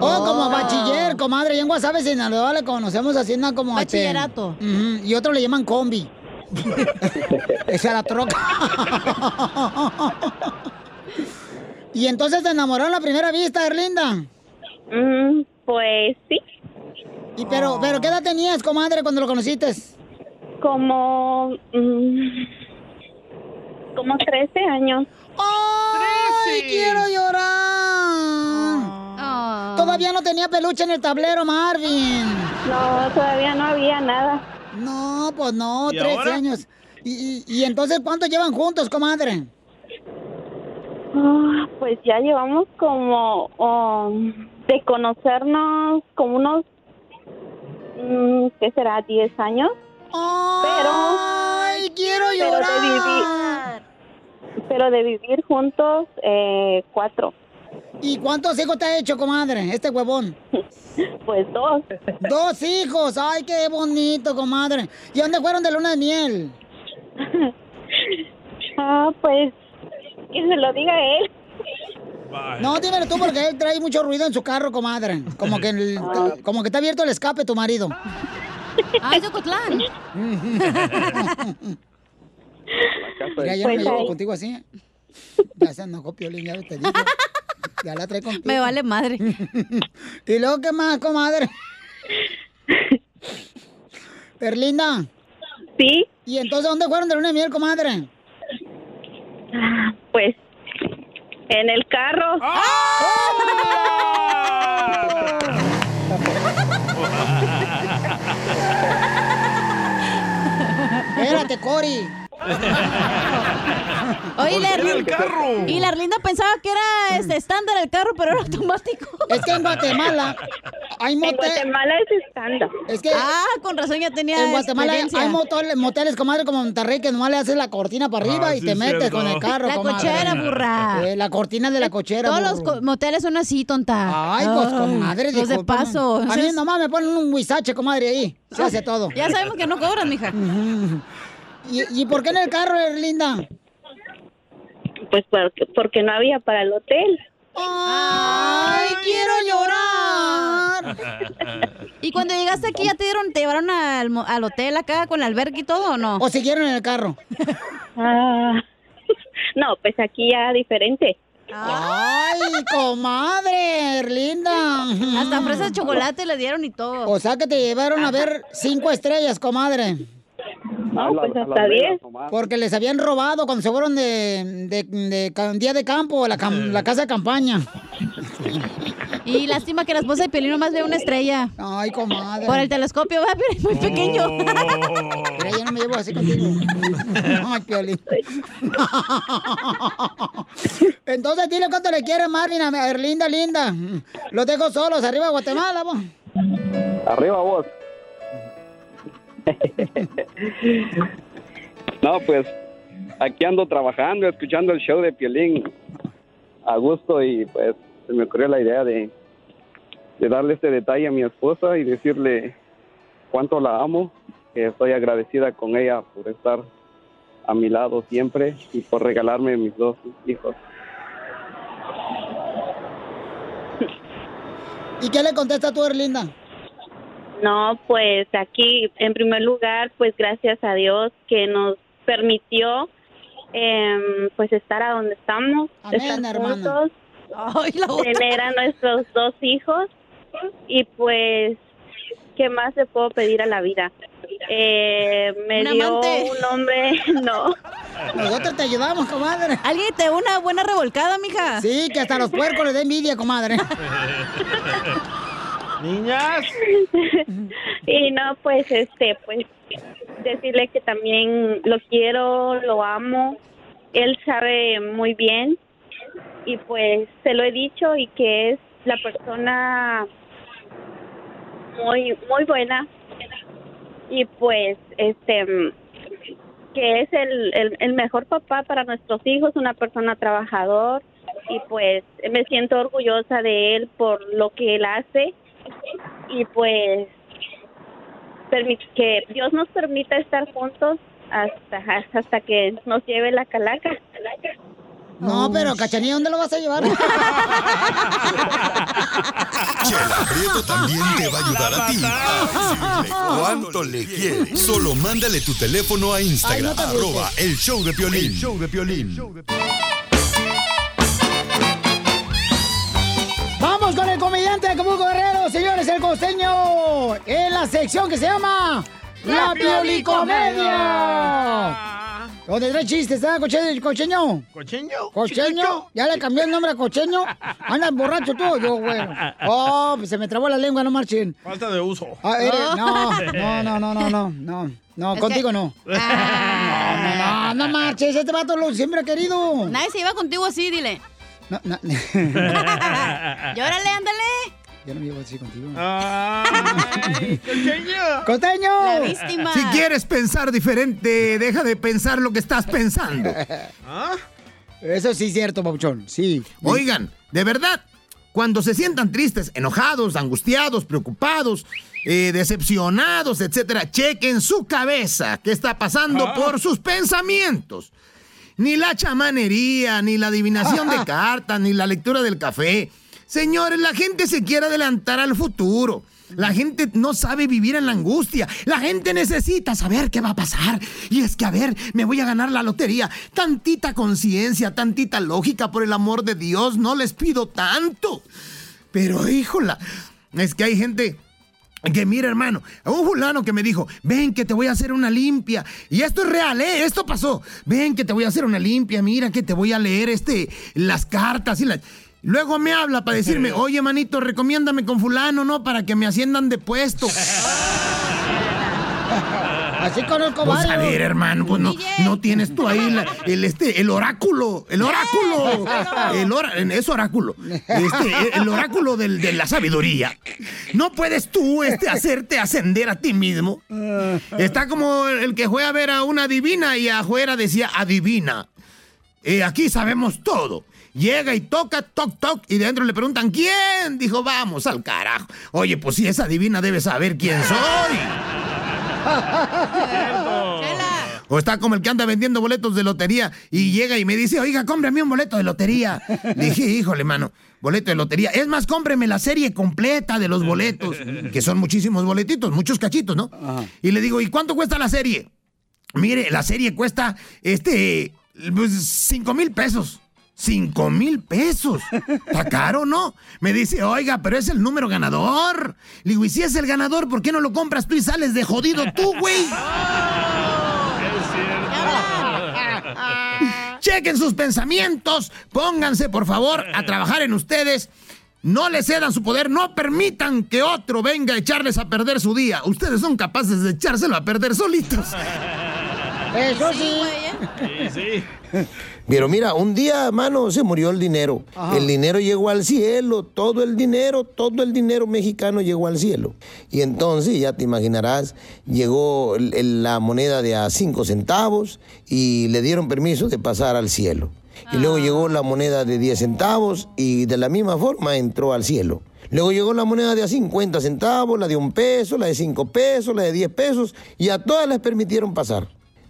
S6: Oh, como bachiller, comadre. Y en WhatsApp en Sinaloa le conocemos así nada como... este,
S12: Bachillerato.
S6: ujú, y otro le llaman combi. Esa era troca. y entonces te enamoraron a la primera vista, Erlinda.
S10: pues sí.
S6: ¿Y pero, pero qué edad tenías, comadre, cuando lo conociste?
S10: Como... mm, Como 13 años.
S6: ¡Ay, quiero llorar! Todavía no tenía peluche en el tablero, Marvin.
S10: No, todavía no había nada.
S6: No, pues no,
S10: ¿Y
S6: 13
S10: ahora?
S6: años. Y, y- y entonces cuánto llevan juntos, comadre?
S10: Ah, pues ya llevamos como um, de conocernos como unos, mm, ¿qué será? ¿10 años?
S6: ¡Ay, quiero
S10: Pero de
S6: llorar!
S10: vivir, pero de vivir juntos, eh, cuatro.
S6: ¿Y cuántos hijos te ha hecho, comadre, este huevón?
S10: Pues dos.
S6: Dos hijos, ay, qué bonito, comadre. ¿Y dónde fueron de luna de miel?
S10: Ah, pues que se lo diga él.
S6: No, dímelo tú porque él trae mucho ruido en su carro, comadre. Como que, el-
S10: Ah.
S6: como que está abierto el escape tu marido.
S12: Ah, es de Ocotlán.
S6: Mira, ya
S10: Pues
S6: no me llevo contigo así. ¿eh? Ya se enojó Piolín, ya te dije. Ya la trae contigo.
S12: Me vale madre.
S6: ¿Y luego qué más, comadre? Perlinda.
S10: Sí.
S6: ¿Y entonces dónde fueron de luna de miel, comadre?
S10: Ah, Pues en el carro.
S6: Espérate, Cori.
S12: Oye, la
S6: Voltea
S12: Erlinda,
S6: el carro.
S12: Y la Erlinda pensaba que era este, estándar el carro, pero era automático.
S6: Es que en Guatemala hay moteles.
S10: Guatemala es estándar.
S6: Es que.
S12: Ah, con razón ya tenía.
S6: En Guatemala hay-
S12: experiencia.
S6: hay motel- moteles, comadre, como en Monterrey, que nomás le haces la cortina para arriba
S12: Ah,
S6: y
S12: sí,
S6: te metes
S12: cierto.
S6: con el carro,
S12: La
S6: comadre.
S12: cochera, burra.
S6: Eh, la cortina de la cochera,
S12: Todos los
S6: burro.
S12: co- moteles son así, tonta.
S6: Ay, pues, comadre,
S12: Los de
S6: discúlpame.
S12: paso.
S6: A mí nomás me ponen un huizache, comadre, ahí. Se hace todo.
S12: Ya sabemos que no cobran, mija.
S6: ¿Y, y por qué en el carro, eh, Erlinda?
S10: Pues porque, porque no había para el hotel.
S6: ¡Ay, quiero llorar!
S12: Y cuando llegaste aquí, ¿ya te dieron, te llevaron al, mo- al hotel acá con el albergue y todo o no?
S6: ¿O siguieron en el carro?
S10: Ah. No, pues aquí ya diferente.
S6: ¡Ay, comadre, Erlinda!
S12: Hasta fresas de chocolate le dieron y todo.
S6: O sea que te llevaron a ver cinco estrellas, comadre.
S10: No, pues hasta 10.
S6: Porque les habían robado cuando se fueron de, de, de ca- día de campo, la, cam- la casa de campaña.
S12: Y lástima que la esposa de Piolín nomás ve una estrella.
S6: Ay, comadre.
S12: Por el telescopio, va, Piolín, muy pequeño.
S6: Mira, yo no Ah, me llevo así contigo. Ay, Piolín. Entonces, dile cuánto le quiere Marvin a Erlinda, linda. Los dejo solos, arriba Guatemala, vos.
S15: Arriba vos. no, pues aquí ando trabajando, escuchando el show de Piolín a gusto y pues se me ocurrió la idea de, de darle este detalle a mi esposa y decirle cuánto la amo, que estoy agradecida con ella por estar a mi lado siempre y por regalarme mis dos hijos.
S6: ¿Y qué le contesta tú, Erlinda?
S10: No, pues aquí, en primer lugar, pues gracias a Dios que nos permitió em, pues estar a donde estamos,
S6: Amén,
S10: estar
S6: hermana.
S10: juntos, tener a nuestros dos hijos y pues qué más le puedo pedir a la vida. Eh, me
S12: Un
S10: dio
S12: amante.
S10: un hombre, no.
S6: Nosotros te ayudamos, comadre.
S12: Alguien te dé una buena revolcada, mija.
S6: Sí, que hasta los puercos les dé envidia, comadre.
S10: Niñas. y no, pues este, pues decirle que también lo quiero, lo amo. Él sabe muy bien y pues se lo he dicho y que es la persona muy muy buena y pues este mm, que es el, el, el mejor papá para nuestros hijos, una persona trabajador y pues me siento orgullosa de él por lo que él hace y pues permi- que Dios nos permita estar juntos hasta hasta que nos lleve la calaca.
S6: No, pero Cachanilla, ¿dónde lo vas a llevar?
S4: Chela Prieto también te va a ayudar a ti. a decirle ¿Cuánto le quieres? Solo mándale tu teléfono a Instagram,
S8: Ay, no te guste.
S4: arroba el show de Piolín.
S8: El
S4: show de
S6: Vamos con el comediante de Acapulco Guerrero, señores, el costeño, en la sección que se llama La,
S8: La
S6: Piolicomedia. Donde trae chistes, ¿está? Coche- Cocheño.
S19: ¿Cocheño?
S6: Cocheño. Ya le cambió el nombre a Cocheño. Anda borracho tú, o yo, güey. Oh, pues se me trabó la lengua, no marchen.
S19: Falta de uso.
S6: Ah, eres- no, no, no, no, no, no, no, no,
S12: Es
S6: contigo
S12: que-
S6: no.
S12: Ah.
S6: No, no, no marches, este vato lo siempre ha querido.
S12: Nadie se iba contigo así, dile.
S6: No, no.
S12: Llórale, ándale.
S6: Yo no me llevo así contigo.
S19: ¡Costeño!
S6: ¡Costeño!
S12: La víctima.
S18: Si quieres pensar diferente, deja de pensar lo que estás pensando.
S6: Eso sí es cierto, Pauchón, sí.
S18: Oigan, de verdad, cuando se sientan tristes, enojados, angustiados, preocupados, eh, decepcionados, etcétera, chequen su cabeza, qué está pasando por sus pensamientos. Ni la chamanería, ni la adivinación de cartas, ni la lectura del café. Señores, la gente se quiere adelantar al futuro. La gente no sabe vivir en la angustia. La gente necesita saber qué va a pasar. Y es que, a ver, me voy a ganar la lotería. Tantita conciencia, tantita lógica, por el amor de Dios, no les pido tanto. Pero, híjola, es que hay gente que mira, hermano, a un fulano que me dijo, ven que te voy a hacer una limpia. Y esto es real, ¿eh? Esto pasó. Ven que te voy a hacer una limpia, mira que te voy a leer este, las cartas y las... Luego me habla para decirme, oye, manito, recomiéndame con fulano, ¿no? Para que me asciendan de puesto.
S6: Así conozco
S18: Pues a
S6: varios.
S18: ver, hermano, pues no, no tienes tú ahí la- el, este, el oráculo, el oráculo, el ora- es oráculo, este, el oráculo del- de la sabiduría. No puedes tú este, hacerte ascender a ti mismo. Está como el que fue a ver a una divina y afuera decía adivina. Eh, aquí sabemos todo. Llega y toca, toc, toc, y dentro le preguntan, ¿quién? Dijo, vamos al carajo. Oye, pues si esa divina debe saber quién soy. O está como el que anda vendiendo boletos de lotería y llega y me dice, oiga, cómprame un boleto de lotería. Le dije, híjole, mano, boleto de lotería. Es más, cómpreme la serie completa de los boletos, que son muchísimos boletitos, muchos cachitos, ¿no? Y le digo, ¿y cuánto cuesta la serie? Mire, la serie cuesta, este, pues, cinco mil pesos. Cinco mil pesos. ¿Está caro, no? Me dice, oiga, pero es el número ganador. Le digo, y si es el ganador, ¿por qué no lo compras tú y sales de jodido tú, güey? Chequen sus pensamientos, pónganse por favor a trabajar en ustedes. No le cedan su poder, no permitan que otro venga a echarles a perder su día. Ustedes son capaces de echárselo a perder solitos.
S6: Eso sí.
S19: Sí,
S16: Pero mira, un día, mano, se murió el dinero.
S19: Ajá.
S16: El dinero llegó al cielo, todo el dinero, todo el dinero mexicano llegó al cielo. Y entonces, ya te imaginarás, llegó el- el- la moneda de a cinco centavos y le dieron permiso de pasar al cielo. Y luego llegó la moneda de 10 centavos y de la misma forma entró al cielo. Luego llegó la moneda de a 50 centavos, la de un peso, la de cinco pesos, la de 10 pesos y a todas les permitieron pasar.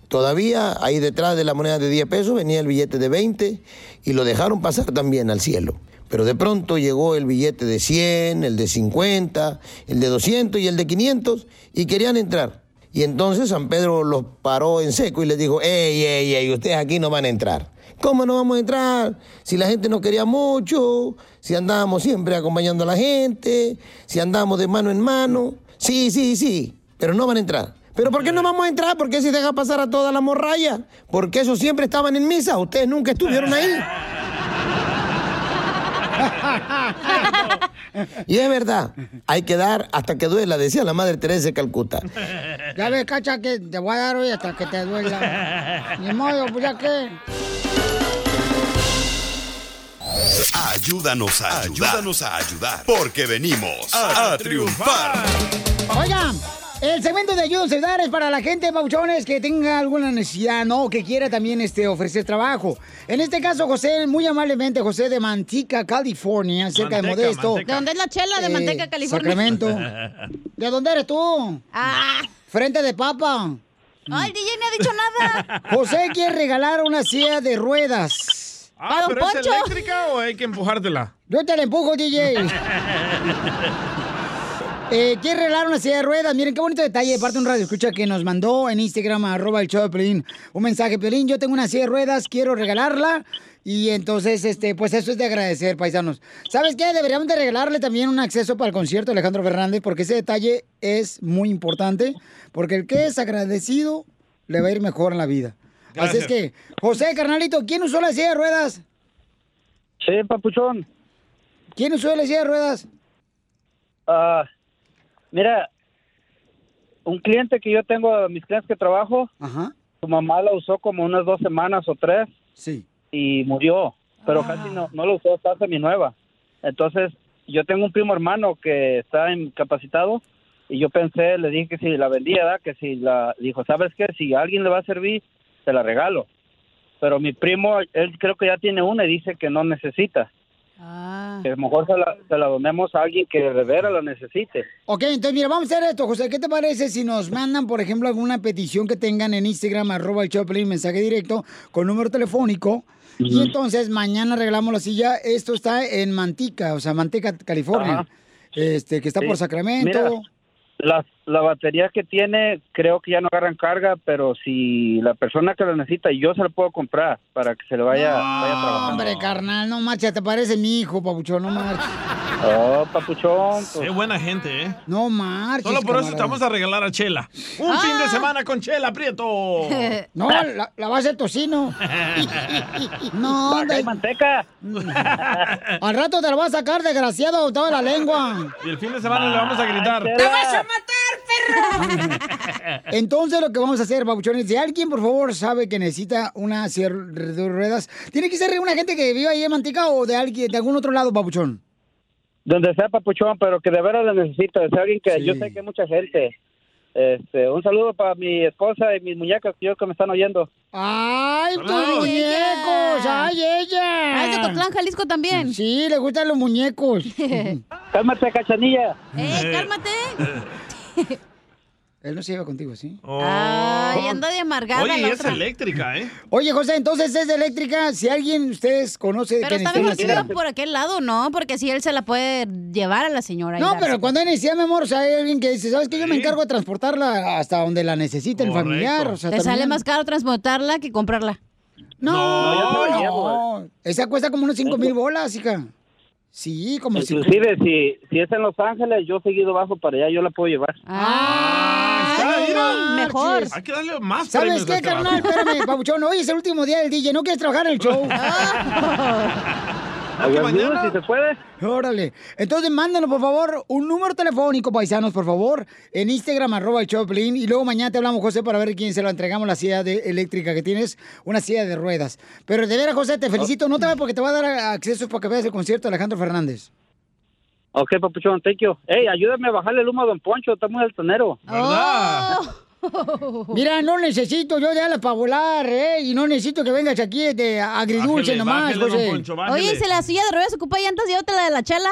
S16: Todavía ahí detrás de la moneda de 10 pesos venía el billete de 20 y lo dejaron pasar también al cielo. Pero de pronto llegó el billete de 100, el de 50, el de 200 y el de 500 y querían entrar. Y entonces San Pedro los paró en seco y les dijo, ey, ey, ey, ustedes aquí no van a entrar. ¿Cómo no vamos a entrar? Si la gente nos quería mucho, si andábamos siempre acompañando a la gente, si andábamos de mano en mano. Sí, sí, sí, pero no van a entrar. ¿Pero por qué no vamos a entrar? ¿Por qué si deja pasar a toda la morralla? Porque esos siempre estaban en misa, ustedes nunca estuvieron ahí. Y es verdad, hay que dar hasta que duela, decía la madre Teresa de Calcuta.
S6: Ya ves, cacha, que te voy a dar hoy hasta que te duela. Ni modo, pues ya qué.
S4: Ayúdanos a ayudar. Ayúdanos a ayudar. Porque venimos a, a triunfar.
S6: Oigan, El segmento de ayuda solidaria es para la gente, Pauchones, que tenga alguna necesidad, ¿no? Que quiera también este, ofrecer trabajo. En este caso, José, muy amablemente, José de Manteca, California, cerca
S12: Manteca,
S6: de Modesto. Eh,
S12: Manteca. ¿De dónde es la chela de Manteca, California?
S6: Sacramento. ¿De dónde eres tú?
S12: Ah.
S6: Frente de papa.
S12: Ay, el DJ no ha dicho nada.
S6: José quiere regalar una silla de ruedas.
S7: Ah, ¿pero es eléctrica o hay que empujártela?
S6: Yo te la empujo, DJ. Eh, quiere regalar una silla de ruedas. Miren qué bonito detalle de parte de un radio escucha que nos mandó en Instagram, arroba el show de Pelín. Un mensaje, Pelín, yo tengo una silla de ruedas, quiero regalarla. Y entonces, este, pues eso es de agradecer, paisanos. ¿Sabes qué? Deberíamos de regalarle también un acceso para el concierto de Alejandro Fernández, porque ese detalle es muy importante, porque el que es agradecido le va a ir mejor en la vida. Así
S5: Gracias.
S6: es que, José, carnalito, ¿quién usó la silla de ruedas?
S24: Sí, papuchón.
S6: ¿Quién usó la silla de ruedas?
S24: Ah, mira, un cliente que yo tengo, mis clientes que trabajo, su mamá la usó como unas dos semanas o tres.
S6: Sí.
S24: Y murió, pero casi no, no la usó, está seminueva. Entonces, yo tengo un primo hermano que está incapacitado y yo pensé, le dije que si la vendía, ¿verdad? que si la, dijo, ¿sabes qué? Si a alguien le va a servir, se la regalo. Pero mi primo, él creo que ya tiene una y dice que no necesita. Que a lo mejor se la, se la donemos a alguien que de veras la necesite.
S6: Ok, entonces mira, vamos a hacer esto, José. ¿Qué te parece si nos mandan, por ejemplo, alguna petición que tengan en Instagram, arroba el Choplin, mensaje directo con número telefónico? Y
S5: Ujú.
S6: entonces mañana arreglamos la silla. Esto está en Mantica, o sea, Manteca, California.
S24: Ajá.
S6: Este, que está
S24: Sí.
S6: por Sacramento.
S24: Mira, la, la batería que tiene creo que ya no agarran carga, pero si la persona que la necesita, yo se la puedo comprar para que se le vaya, vaya trabajando.
S6: Hombre, carnal, no marcha, te parece mi hijo, papuchón, no marches.
S24: Oh, papuchón. pues,
S7: Es buena gente, ¿eh?
S6: No marches.
S7: Solo por eso te
S6: camarada.
S7: vamos a regalar a Chela. Un
S6: Ah.
S7: fin de semana con Chela, Prieto.
S6: No, la, la va a hacer tocino. No,
S7: Va,
S6: hombre.
S7: hay
S24: manteca.
S6: Al rato te la va a sacar, desgraciado, toda la lengua.
S7: Y el fin de semana le vamos a gritar.
S6: Entonces lo que vamos a hacer, babuchones, si alguien por favor sabe que necesita una silla de ruedas, tiene que ser de una gente que viva ahí en Manteca o de alguien de algún otro lado, babuchón.
S24: Donde sea papuchón, pero que de veras la necesita. Es alguien que yo sé que hay mucha gente. Este, un saludo para mi esposa y mis muñecas que yo que me están oyendo.
S6: ¡Ay, tus
S12: Ay,
S6: muñecos!
S12: ella.
S6: ¡Ay, ella!
S12: Ay, de Cotlán,
S6: Jalisco también. Sí, le gustan los muñecos.
S24: Cálmate, cachanilla.
S12: ¡Ey, Eh, cálmate!
S6: Él no se lleva contigo, ¿sí?
S12: Ay, anda de amargada
S7: Oye, y
S12: la
S7: es
S12: otra.
S7: eléctrica, ¿eh?
S6: Oye, José, entonces es de eléctrica. Si alguien ustedes conoce
S12: Pero
S6: que
S12: está
S6: necesita una
S12: mejor que
S6: silla-
S12: viva por aquel lado, ¿no? Porque si él se la puede llevar a la señora. y
S6: No,
S12: darse.
S6: pero cuando hay necesidad, mi amor, o sea, hay alguien que dice, ¿sabes qué? Yo me encargo de transportarla hasta donde la necesite el familiar. O sea,
S12: Te sale
S6: también-
S12: más caro transportarla que comprarla.
S6: No,
S12: No,
S6: no,
S12: yo te la llevo,
S6: Esa cuesta como unos 5 mil bolas, hija. Sí, como si...
S24: Inclusive, si, si es en Los Ángeles, yo seguido bajo para allá, yo la puedo llevar.
S6: Ay, no marches.
S7: Mejor. Hay que darle más premios
S6: ¿Sabes
S7: a
S6: qué,
S7: este
S6: carnal?
S7: vato.
S6: Espérame, pabuchón. Hoy es el último día del DJ. ¿No quieres trabajar en el show?
S24: Oigan, mañana- si se puede.
S6: Órale. Entonces, mándanos, por favor, un número telefónico, paisanos, por favor, en Instagram, arroba el Choplin. Y luego mañana te hablamos, José, para ver quién se lo entregamos la silla de- eléctrica que tienes, una silla de ruedas. Pero de veras, José, te
S24: Ah.
S6: felicito. No te vayas porque te va a dar a- acceso para que veas el concierto de Alejandro Fernández.
S24: Ok, papuchón, thank you. Ey, ayúdame a bajarle el humo a Don Poncho, está muy altanero.
S6: Mira, no necesito yo de alas para volar, ¿eh? Y no necesito que vengas aquí de agridulce
S12: Bájele,
S6: nomás,
S12: bájele, don
S6: José.
S12: Poncho, bájele. Oye, y si la silla de ruedas ocupa llantas, llévatela de la chela.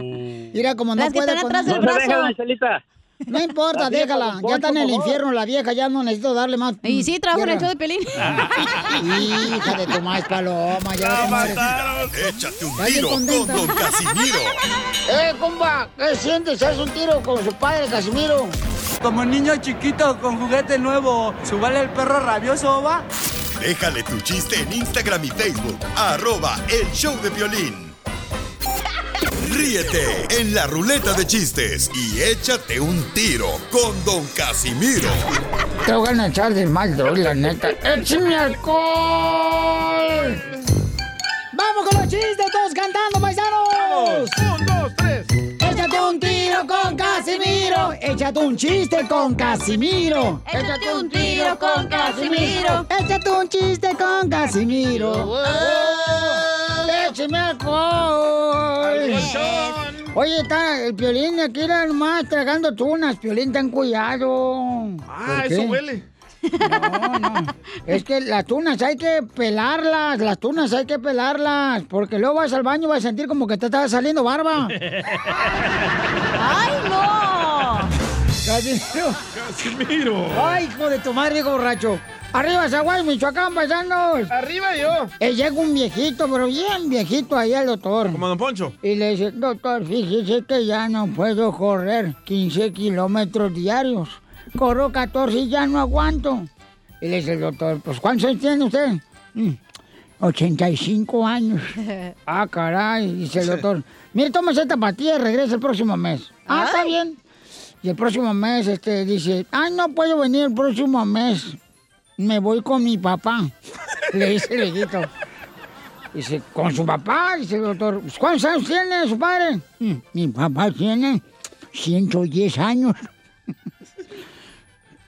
S6: Mira, como no
S12: Las que
S6: puede
S12: están
S6: poner-
S12: atrás del No se brazo. deja,
S6: No
S12: La
S6: importa,
S12: vieja,
S6: déjala.
S12: don
S6: Ya
S12: Poncho,
S6: está en el
S12: por favor.
S6: infierno la vieja, ya no necesito darle más. Y sí, trabaja
S12: en el show de
S6: pelín. Hija de tu más paloma, ya te mueres.
S4: Échate un
S6: Está bien
S4: tiro con
S6: contenta.
S4: Don Casimiro.
S6: ¡Eh, compa! ¿Qué sientes? ¿Haz un tiro con su padre, Casimiro?
S17: Como niño chiquito con juguete nuevo, subale el perro rabioso, va.
S4: Déjale tu chiste en Instagram y Facebook. Arroba el show de violín. Ríete en la ruleta de chistes y échate un tiro con Don Casimiro.
S6: Te voy a echar de mal, doy, la neta. ¡Échame alcohol! ¡Vamos con los chistes! ¡Todos cantando, paisanos!
S7: ¡Un, dos, tres!
S6: ¡Échate un tiro con Casimiro! ¡Échate un chiste con Casimiro!
S12: Échate un tiro con Casimiro.
S6: ¡Échate un chiste con Casimiro! ¡Échame alcohol! Oye, está el piolín aquí era nomás tragando tunas, piolín tan cuidado.
S7: Ah, eso huele.
S6: No, no. Es que las tunas hay que pelarlas, las tunas hay que pelarlas, porque luego vas al baño y vas a sentir como que te está saliendo barba.
S8: ¡Ay,
S6: no! Casimiro.
S7: Casimiro.
S6: Ay, hijo de tu madre, viejo borracho. Arriba, Zaguay, Michoacán, paisanos. Eh,
S7: Arriba yo.
S6: llega un viejito, pero bien viejito ahí al doctor.
S7: Como don Poncho.
S6: Y le dice, doctor, fíjese que ya no puedo correr 15 kilómetros diarios. Corro 14 y ya no aguanto. Y le dice el doctor, pues ¿cuántos años tiene usted? "Mm, 85 años. ah, caray, dice el doctor. Mire, tómese esta pastilla y regresa el próximo mes. Ah, está bien. Y el próximo mes, este, dice, ay, no puedo venir el próximo mes. Me voy con mi papá. Le dice el viejito. Dice, ¿con su papá? Dice el doctor. "Pues, ¿Cuántos años tiene su padre? "Mm, Mi papá tiene 110 años.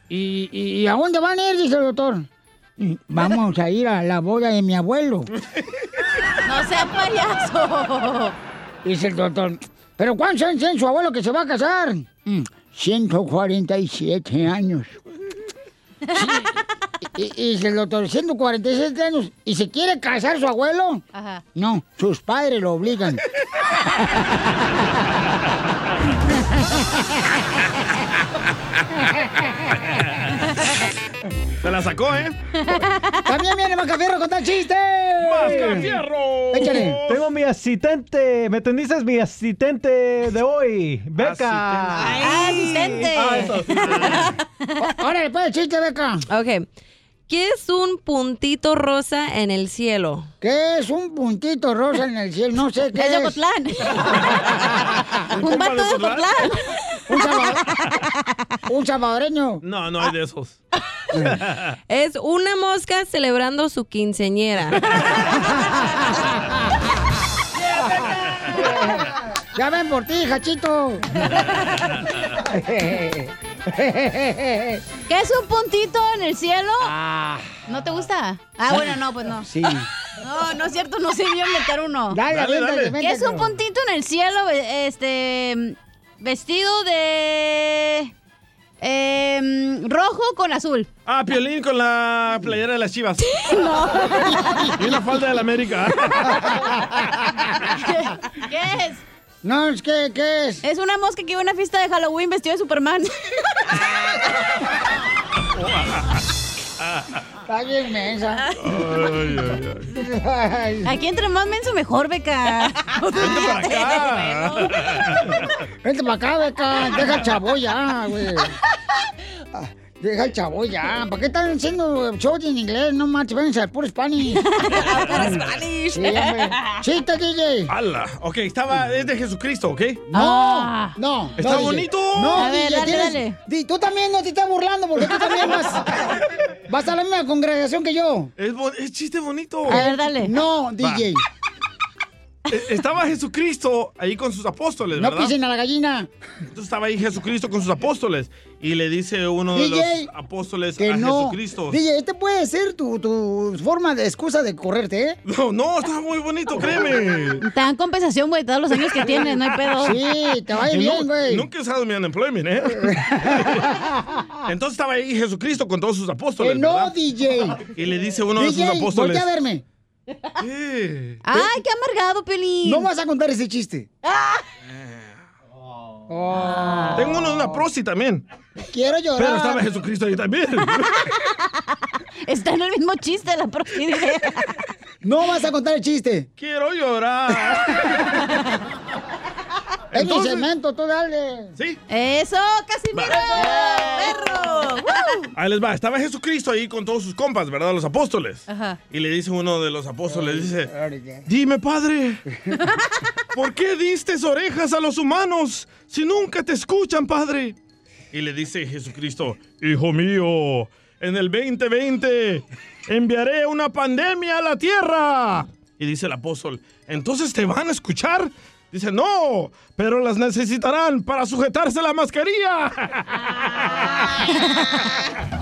S6: ¿Y, y, y a dónde van a ir? Dice el doctor. "Mm, Vamos a ir a la boda de mi abuelo.
S12: No sea payaso.
S6: Dice el doctor. ¿Pero cuántos años tiene su abuelo que se va a casar? "Mm, 147 años. Y, y dice el doctor, 147 años. ¿Y se quiere casar su abuelo?
S12: Ajá.
S6: No, sus padres lo obligan.
S7: Se la sacó, ¿eh?
S6: También viene Mascafierro con tal chiste. ¡Mascafierro! Échale.
S22: Tengo mi asistente, ¿me entendiste? Mi asistente de hoy, Beca.
S6: asistente.
S22: Ah, eso,
S6: Órale, pues, chiste, Beca.
S20: Ok. ¿Qué es un puntito rosa en el cielo?
S6: ¿Qué es un puntito rosa en el cielo? No sé qué
S20: De
S6: es.
S20: Un vato de
S6: Ocotlán. Un, salva- un salvadoreño.
S7: No, no hay de esos.
S20: Es una mosca celebrando su quinceñera.
S6: Ya ven por ti, Jachito.
S12: ¿Qué es un puntito en el cielo?
S6: Ah.
S12: ¿No te gusta? Ah, bueno, no, pues no.
S6: Sí.
S12: No, no es cierto, no sé bien meter uno.
S6: Dale, Dale, aviéntale, dale.
S12: ¿Qué es un puntito en el cielo? Este. Vestido de. em, rojo con azul.
S7: Ah, Piolín con la playera de las chivas.
S12: No.
S7: Y una falda de la América.
S12: ¿Qué es?
S6: No, es que, ¿qué es?
S12: Es una mosca que iba a una fiesta de Halloween vestido de Superman.
S6: Está bien mensa.
S12: Aquí entre más menso, mejor, Beca.
S6: Vente para acá, Beca. Deja el chavo ya, güey. Ah, Deja el chavo ya. ¿Para qué están haciendo shows en inglés? No manches, vénganse al puro Spanish.
S20: Spanish.
S6: Sí, hombre. Chiste, DJ.
S7: ¡Hala! Ok, estaba. Es de Jesucristo, ¿ok?
S6: No,
S20: Ah.
S6: no.
S7: Está
S6: no, DJ.
S7: bonito.
S6: No,
S7: Ah. A ver,
S6: DJ,
S7: dale,
S6: tienes-
S7: dale.
S6: Di- Tú también no te estás burlando porque tú también vas, vas a la misma congregación que yo.
S7: Es, bo- es chiste bonito.
S6: No,
S7: Va.
S6: DJ.
S7: E- Estaba Jesucristo ahí con sus apóstoles,
S6: No
S7: ¿verdad?
S6: pisen a la gallina.
S7: Entonces estaba ahí Jesucristo con sus apóstoles. Y le dice uno de
S6: DJ,
S7: los apóstoles
S6: Que
S7: a
S6: no.
S7: Ah, Jesucristo.
S6: DJ, este puede ser tu, tu forma de excusa de correrte, ¿eh?
S7: No, no, está muy bonito, créeme.
S12: Te dan compensación, güey, todos los años que tienes, no hay pedo.
S6: Sí, te va a ir
S7: Y nu-
S6: bien, güey.
S7: Nunca he usado mi unemployment, ¿eh? Entonces estaba ahí Jesucristo con todos sus apóstoles.
S6: Que no,
S7: ¿verdad?
S6: DJ.
S7: Y le dice uno de sus
S6: DJ,
S7: apóstoles.
S6: voltea a verme.
S7: ¿Qué?
S12: ¡Ay, qué amargado, Ah. Pelín!
S6: No vas a contar ese chiste.
S7: Tengo uno de una prosti también.
S6: Quiero llorar.
S7: Pero estaba Jesucristo ahí también.
S12: Está en el mismo chiste la prostituta.
S6: No vas a contar el chiste.
S7: Quiero llorar.
S6: Es mi
S7: Entonces-
S6: segmento, tú dale.
S7: Sí.
S12: Eso, Casimiro. Perro. ¡Woo!
S7: Ahí les va. Estaba Jesucristo ahí con todos sus compas, ¿verdad? Los apóstoles.
S12: Ajá.
S7: Y le dice uno de los apóstoles, dice, dime padre, ¿por qué diste orejas a los humanos si nunca te escuchan, padre? Y le dice Jesucristo, hijo mío, en el 2020 enviaré una pandemia a la tierra. Y dice el apóstol, entonces te van a escuchar. Dice, no, pero las necesitarán para sujetarse la mascarilla.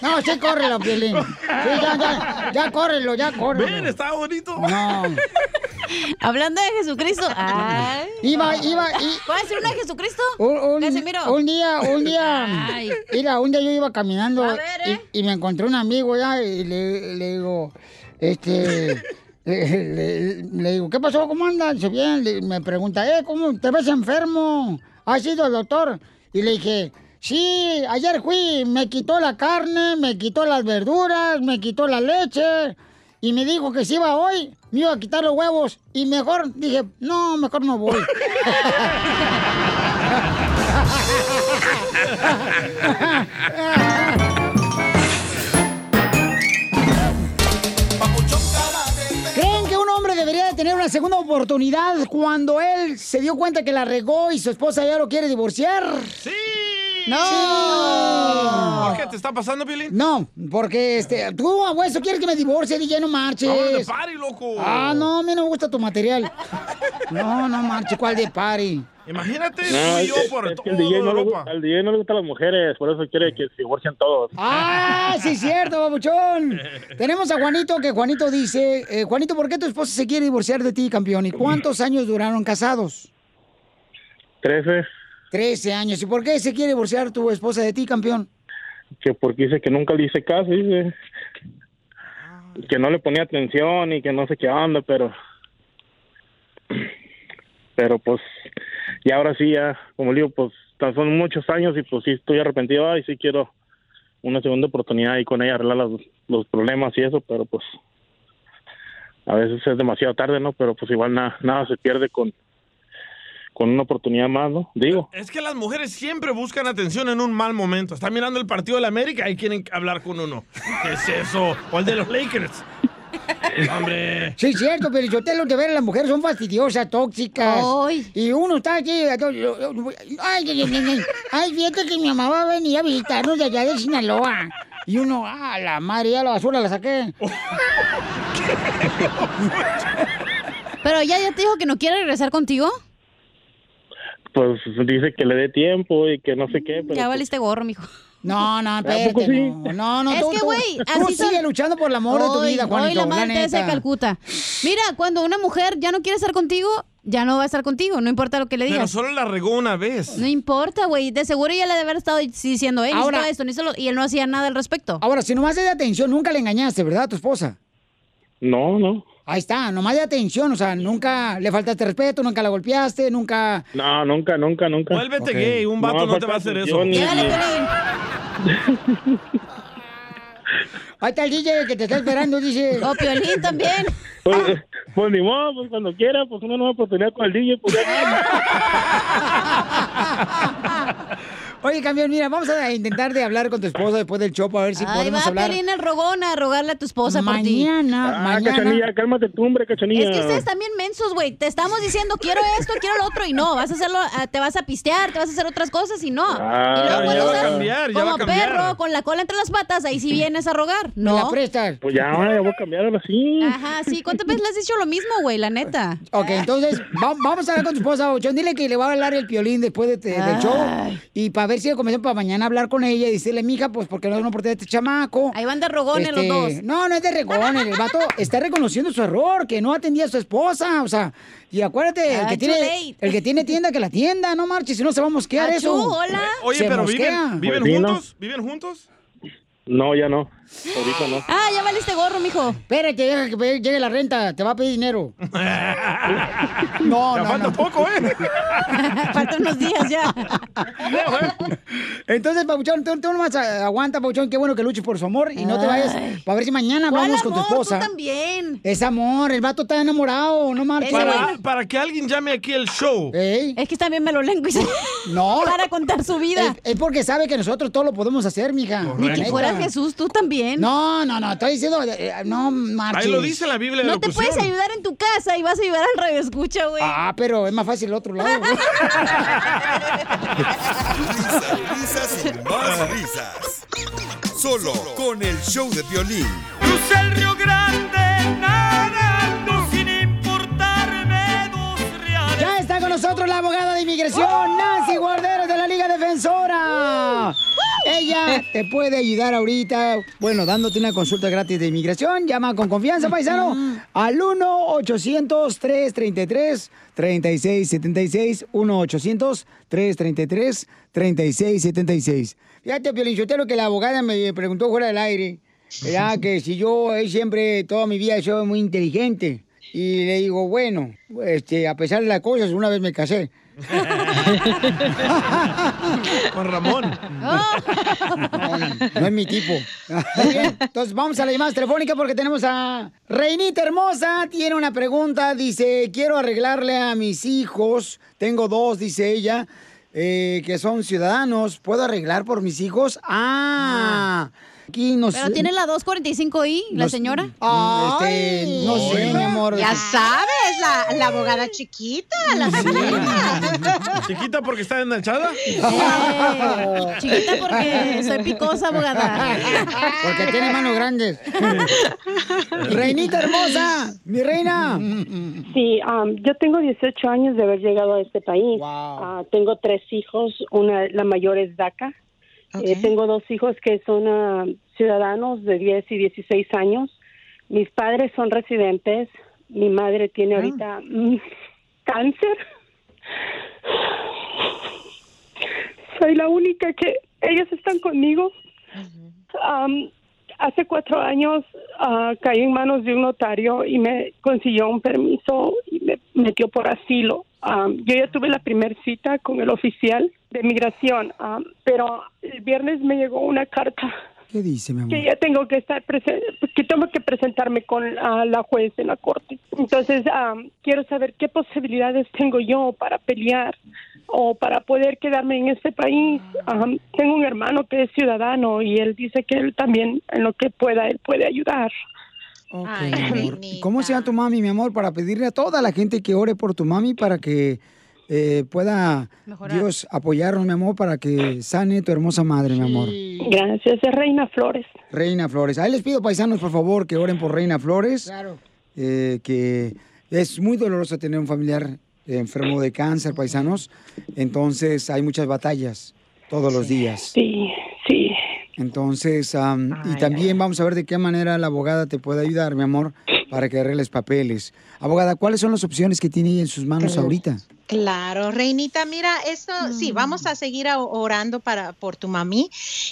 S6: No, sí, córrelo, Piolín. Sí, ya, ya, ya, córrelo, ya, córrelo.
S7: Ven, está bonito.
S6: No.
S12: Hablando de Jesucristo. Ay.
S6: Iba, iba,
S12: ¿Puedes decir una de Jesucristo?
S6: Un, un-
S12: Casimiro.
S6: un día, un día,
S12: Ay.
S6: mira, un día yo iba caminando y, y me encontré un amigo ya y le, le digo, este, le, le- le digo, ¿qué pasó? ¿Cómo andas? Dice, bien, Le- me pregunta, eh, ¿cómo te ves enfermo? ¿Has ido al doctor? Y le dije, sí, ayer fui, me quitó la carne, me quitó las verduras, me quitó la leche y me dijo que si iba hoy, me iba a quitar los huevos y mejor dije, no, mejor no voy. ¿Creen que un hombre debería de tener una segunda oportunidad cuando él se dio cuenta que la regó y su esposa ya lo quiere divorciar? ¡Sí! ¡No!
S7: ¿Por qué te está pasando, Piolín?
S6: No, porque este, tú, abuelo, quieres que me divorcie, DJ, no marches.
S7: Vamos de party, loco.
S6: Ah, no, a mí no me gusta tu material. No, no marches, ¿cuál de party?
S7: Imagínate
S23: No,
S7: tú
S23: es,
S7: y yo por
S23: es que el
S7: toda
S23: DJ no le,
S7: Europa.
S23: gusta- al DJ no le gustan las mujeres, por eso quiere que se divorcien todos.
S6: Ah, sí, es cierto, babuchón. Tenemos a Juanito, que Juanito dice, eh, Juanito, ¿por qué tu esposa se quiere divorciar de ti, campeón? ¿Y cuántos años duraron casados?
S23: Trece,
S6: Trece años. ¿Y por qué se quiere divorciar tu esposa de ti, campeón?
S23: que porque dice que nunca le hice caso, dice. Que no le ponía atención y que no sé qué onda, pero... Pero pues, y ahora sí, ya, como le digo, pues tan- son muchos años y pues sí estoy arrepentido ay, sí quiero una segunda oportunidad y con ella arreglar los, los problemas y eso, pero pues a veces es demasiado tarde, ¿no? Pero pues igual nada, nada se pierde con, con una oportunidad más, ¿no? Digo.
S7: Es que las mujeres siempre buscan atención en un mal momento. Están mirando el partido de la América y quieren hablar con uno. ¿Qué es eso? O el de los Lakers. Eh, Hombre.
S6: Sí, es cierto, pero yo te lo que ver, las mujeres son fastidiosas, tóxicas. Y uno está aquí. a to- yo- yo- Ay, ay, ay, ay, ay. Ay, fíjate que mi mamá va a venir a visitarnos de allá de Sinaloa. Y uno, ah, la madre, ya la basura la saqué.
S12: Pero ella ya te dijo que no quiere regresar contigo.
S23: pues dice que le dé tiempo y que no sé qué. Pero
S12: Ya
S23: pues,
S12: valiste gorro, mijo.
S6: No, no,
S23: poco
S6: espérate. No, no, no.
S12: Es
S6: tú-
S12: que,
S6: tú-
S12: güey,
S6: tú
S12: así
S6: sigue
S12: son-
S6: luchando por el amor de tu
S12: Hoy-
S6: vida, Juanito.
S12: hoy la madre
S6: neta.
S12: Teresa de Calcuta. Mira, cuando una mujer ya no quiere estar contigo, ya no va a estar contigo, no importa lo que le
S7: Pero
S12: digas.
S7: solo la regó una vez.
S12: No importa, güey. De seguro ella le debe haber estado diciendo, él
S6: Ahora-
S12: hizo esto, no hizo lo- y él no hacía nada al respecto.
S6: Ah. Ahora, si nomás es de atención, nunca le engañaste, ¿verdad, a tu esposa?
S23: No, no.
S6: Ahí está, nomás de atención, o sea, nunca le faltaste respeto, nunca la golpeaste, nunca...
S23: No, nunca, nunca, nunca. pues,
S6: Vuélvete Ok. gay, un vato no te va a hacer eso.
S23: yo ni-
S6: Llegale,
S23: ni-
S6: Ahí está el DJ que te está esperando, dice...
S12: O Piolín también.
S23: pues, pues ni modo, pues cuando quiera, pues una nueva oportunidad con el DJ. Pues ya.
S6: Oye, campeón, mira, vamos a intentar de hablar con tu esposa después del show para ver si
S12: Ahí
S6: podemos
S12: va
S6: hablar.
S12: Piolín el rogón a rogarle a tu esposa
S6: Mañana,
S23: Ah,
S12: por ti.
S23: cachanilla, cálmate tú, hombre, cachanilla.
S12: Es que ustedes también mensos, güey. Te estamos diciendo, quiero esto, quiero lo otro, y no. Vas a hacerlo, ah, te vas a pistear, te vas a hacer otras cosas, y no.
S23: Ah,
S12: y
S23: ya
S12: cuando
S23: va a
S12: estás
S23: cambiar, ya va
S12: como
S23: a cambiar.
S12: perro, con la cola entre las patas, ahí sí vienes a rogar. No.
S6: la prestas?
S23: Pues ya, ya voy a cambiar ahora sí.
S12: Ajá, sí. ¿Cuántas veces le has dicho lo mismo, güey? La neta.
S6: Ok, entonces va- vamos a hablar con tu esposa, Bochón. Dile que le va a hablar el piolín después de, te- del show. Y para ver si le convencen para mañana hablar con ella y decirle, mija, pues porque no es una oportunidad de este chamaco. Este,
S12: Ahí van de rogones los dos.
S6: No, no es de regones. El vato está reconociendo su error, que no atendía a su esposa. O sea, y acuérdate, el,
S12: Ah,
S6: que
S12: too
S6: tiene,
S12: late.
S6: el que tiene tienda, que la tienda, no marches, si no se va a mosquear
S12: Achú,
S6: eso.
S12: hola.
S7: Eh, Oye,
S6: Se
S7: pero
S6: mosquea.
S7: ¿viven, ¿viven
S23: Pues sí, ¿no?
S7: juntos? ¿Viven juntos?
S23: No, ya no. Ahorita no.
S12: Ah, ya valiste gorro, mijo.
S6: Espérate, deja que pe- llegue la renta, te va a pedir dinero. No, no, no.
S7: poco, ¿eh?
S6: Faltan unos días ya. Entonces, Pabuchón, tú, tú nomás ah, aguanta, Pabuchón. Qué bueno que luches por su amor y no te vayas.
S12: Ay.
S6: Para ver si mañana
S12: ¿Cuál
S6: hablamos con tu
S12: amor? Tú
S6: esposa.
S12: también.
S6: Es amor, el vato está enamorado, no marches.
S7: Para, para que alguien llame aquí el show.
S12: Es que también me lo lengo y se...
S6: No.
S12: Para contar su vida.
S6: Es, es porque sabe que nosotros todo lo podemos hacer, mija.
S12: Ni que fueras Jesús, tú también.
S6: No, no, no, estoy diciendo, eh, eh, no marches.
S7: Ahí lo dice la Biblia de
S12: No te
S7: locución.
S12: puedes ayudar en tu casa y vas a ayudar al radio escucha, güey.
S6: Ah, pero es más fácil el otro lado.
S4: Risas y más risas. Solo con el show de violín.
S8: Crucé el Río Grande nadando sin importarme dos reales.
S6: Ya está con nosotros la abogada de inmigración, Nancy Guarderos de la Liga Defensora.
S8: ¡Woo!
S6: Ella ella te puede ayudar ahorita, bueno, dándote una consulta gratis de inmigración. Llama con confianza, paisano, al 1-800-333-3676, 1-800-333-3676. Fíjate, Piolinchotero, que la abogada me preguntó fuera del aire, ya que si yo eh, siempre, toda mi vida, soy muy inteligente. Y le digo, bueno, este, a pesar de las cosas, una vez me casé.
S7: Con Ramón.
S6: No es mi tipo. Muy bien, Entonces vamos a la llamada telefónica porque tenemos a Reinita Hermosa. Tiene una pregunta. Dice, quiero arreglarle a mis hijos. Tengo dos, dice ella, eh, que son ciudadanos. ¿Puedo arreglar por mis hijos? Ah. Aquí nos,
S12: Pero tiene la 245i, la
S6: Nos-
S12: señora.
S6: Ay, este, no sé, mi amor.
S25: Ya sabes, la, la abogada chiquita, la
S7: ¿Chiquita porque está enganchada?
S12: chiquita porque soy picosa, abogada.
S6: Porque tiene manos grandes. Reinita hermosa, mi reina.
S26: Sí, um, yo tengo 18 años de haber llegado a este país. Ah, tengo tres hijos, una la mayor es DACA. Eh, tengo dos hijos que son ah, ciudadanos de 10 y 16 años. Mis padres son residentes. Mi madre
S6: Ah.
S26: tiene ahorita mm, cáncer. Soy la única que ellos están conmigo. Am, hace cuatro años ah, caí en manos de un notario y me consiguió un permiso y me metió por asilo. Am, yo ya tuve la primera cita con el oficial de migración, am, pero el viernes me llegó una carta
S6: ¿Qué dice, mi amor?
S26: que ya tengo que estar presen- que tengo que presentarme con ah, la juez en la corte. Entonces am, quiero saber qué posibilidades tengo yo para pelear o para poder quedarme en este país. Am, tengo un hermano que es ciudadano y él dice que él también en lo que pueda él puede ayudar.
S6: Ok, mi amor. ¿Cómo se llama tu mami, mi amor? Para pedirle a toda la gente que ore por tu mami para que eh, pueda
S26: Mejorar.
S6: Dios apoyarnos, mi amor, para que sane tu hermosa madre, mi amor.
S26: Gracias, es Reina Flores.
S6: Reina Flores. Ahí les pido, paisanos, por favor, que oren por Reina Flores.
S26: Claro.
S6: eh, que es muy doloroso tener un familiar enfermo de cáncer, paisanos. Entonces hay muchas batallas todos los días.
S26: Sí, sí.
S6: Entonces, am, y también vamos a ver de qué manera la abogada te puede ayudar, mi amor, para que arregles papeles. Abogada, ¿cuáles son las opciones que tiene en sus manos ahorita?
S25: Claro, Reinita, mira, esto sí, vamos a seguir a- orando para por tu mami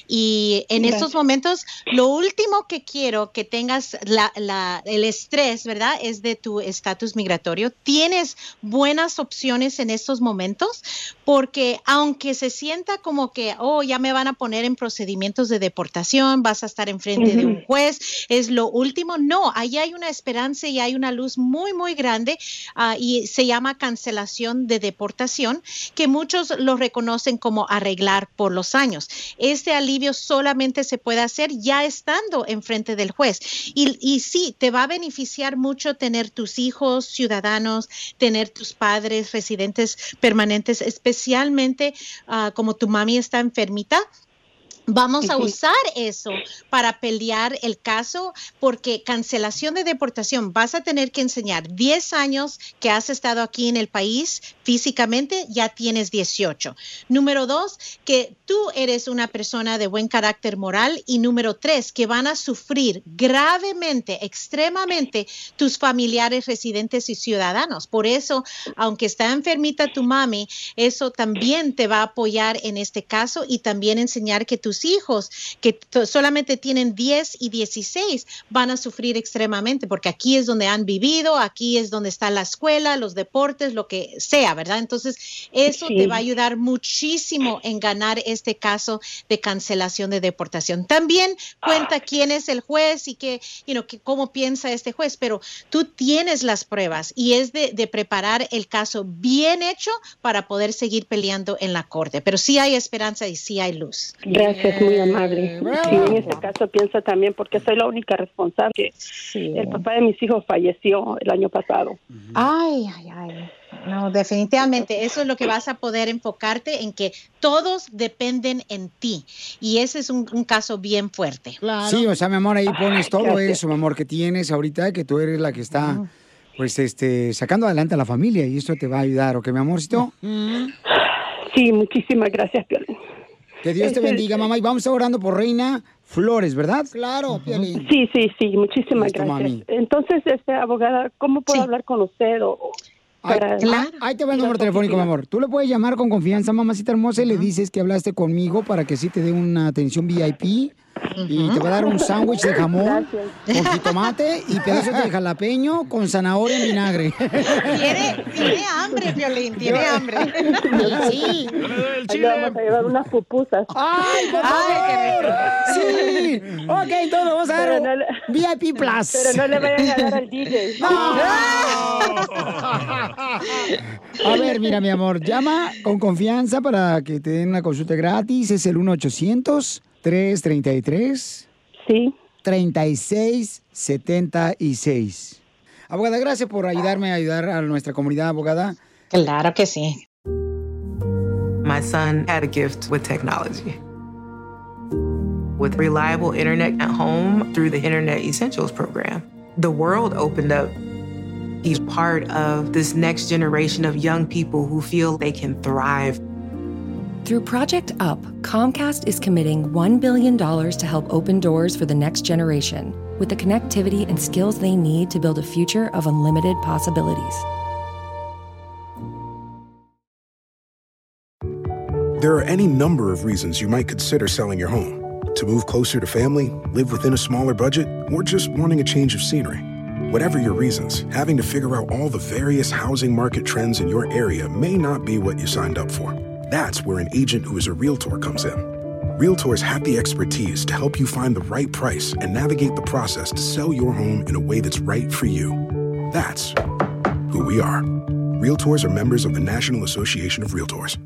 S25: y en
S26: Gracias.
S25: estos momentos lo último que quiero que tengas la, la- el estrés, ¿verdad? Es de tu estatus migratorio. Tienes buenas opciones en estos momentos porque aunque se sienta como que, oh, ya me van a poner en procedimientos de deportación, vas a estar enfrente de un
S26: Ujú.
S25: juez, es lo último. No, ahí hay una esperanza y hay una luz muy, muy grande ah, y se llama cancelación de deportación, que muchos lo reconocen como arreglar por los años. Este alivio solamente se puede hacer ya estando enfrente del juez. Y, y sí, te va a beneficiar mucho tener tus hijos ciudadanos, tener tus padres residentes permanentes, especialmente ah, como tu mami está enfermita. Vamos a
S26: Ujú.
S25: usar eso para pelear el caso porque cancelación de deportación vas a tener que enseñar 10 años que has estado aquí en el país físicamente, ya tienes 18. Número dos, que tú eres una persona de buen carácter moral y número tres, que van a sufrir gravemente, extremadamente tus familiares residentes y ciudadanos. Por eso, aunque está enfermita tu mami, eso también te va a apoyar en este caso y también enseñar que tus hijos, que to- solamente tienen 10 y 16, van a sufrir extremadamente, porque aquí es donde han vivido, aquí es donde está la escuela, los deportes, lo que sea, ¿verdad? Entonces, eso
S26: Sí.
S25: te va a ayudar muchísimo en ganar este caso de cancelación de deportación. También cuenta quién es el juez y qué, you know, que cómo piensa este juez, pero tú tienes las pruebas y es de, de preparar el caso bien hecho para poder seguir peleando en la corte. Pero sí hay esperanza y sí hay luz.
S26: Gracias, muy amable. Sí, en este caso pienso también porque soy la única responsable. que El papá de mis hijos falleció el año pasado.
S25: Ay, ay, ay. No, definitivamente, eso es lo que vas a poder enfocarte en que todos dependen en ti. Y ese es un, un caso bien fuerte.
S6: Sí, o sea, mi amor, ahí pones todo
S25: gracias.
S6: eso, mi amor, que tienes ahorita, que tú eres la que está, pues, este, sacando adelante a la familia Mm. y esto te va a ayudar, ¿ok, mi amorcito?
S26: Sí, muchísimas gracias, Piolín. Este,
S6: Que Dios te
S26: Es el-
S6: bendiga, mamá. Y vamos a estar orando por Reina Flores, ¿verdad?
S26: Claro, Sí, sí, sí, muchísimas
S6: Listo,
S26: gracias.
S6: mami.
S26: Entonces, este, abogada, ¿cómo puedo hablar con usted? O, o
S6: Ahí,
S26: para-
S6: ah, ahí te va el número telefónico, mi amor. Tú le puedes llamar con confianza, mamacita hermosa, y le dices que hablaste conmigo para que sí te dé una atención VIP. Y te va a dar un sándwich de jamón
S8: Gracias.
S6: con jitomate y pedazos de jalapeño con zanahoria en vinagre.
S25: Tiene, tiene hambre, Violín, tiene hambre.
S6: Sí.
S25: El
S26: Ahí le vamos a llevar unas pupusas.
S6: ¡Ay, por favor! Sí. Ok, entonces le vamos a dar
S26: Pero
S6: un VIP Plus.
S26: Pero no le vayan a dar al DJ.
S6: A ver, mira, mi amor, llama con confianza para que te den una consulta gratis. Es el 1-800-333.
S26: Sí.
S6: 3676. Abogada, gracias por ayudarme a ayudar a nuestra comunidad, abogada.
S25: Claro que sí.
S2: My son had a gift with technology. With reliable internet at home through the Internet Essentials program, the world opened up. He's part of this next generation of young people who feel they can thrive.
S3: Through Project UP, Comcast is committing $1 billion to help open doors for the next generation with the connectivity and skills they need to build a future of unlimited possibilities.
S21: There are any number of reasons you might consider selling your home to move closer to family, live within a smaller budget, or just wanting a change of scenery. Whatever your reasons, having to figure out all the various housing market trends in your area may not be what you signed up for. That's where an agent who is a realtor comes in. Realtors have the expertise to help you find the right price and navigate the process to sell your home in a way that's right for you. That's who we are. Realtors are members of the National Association of Realtors.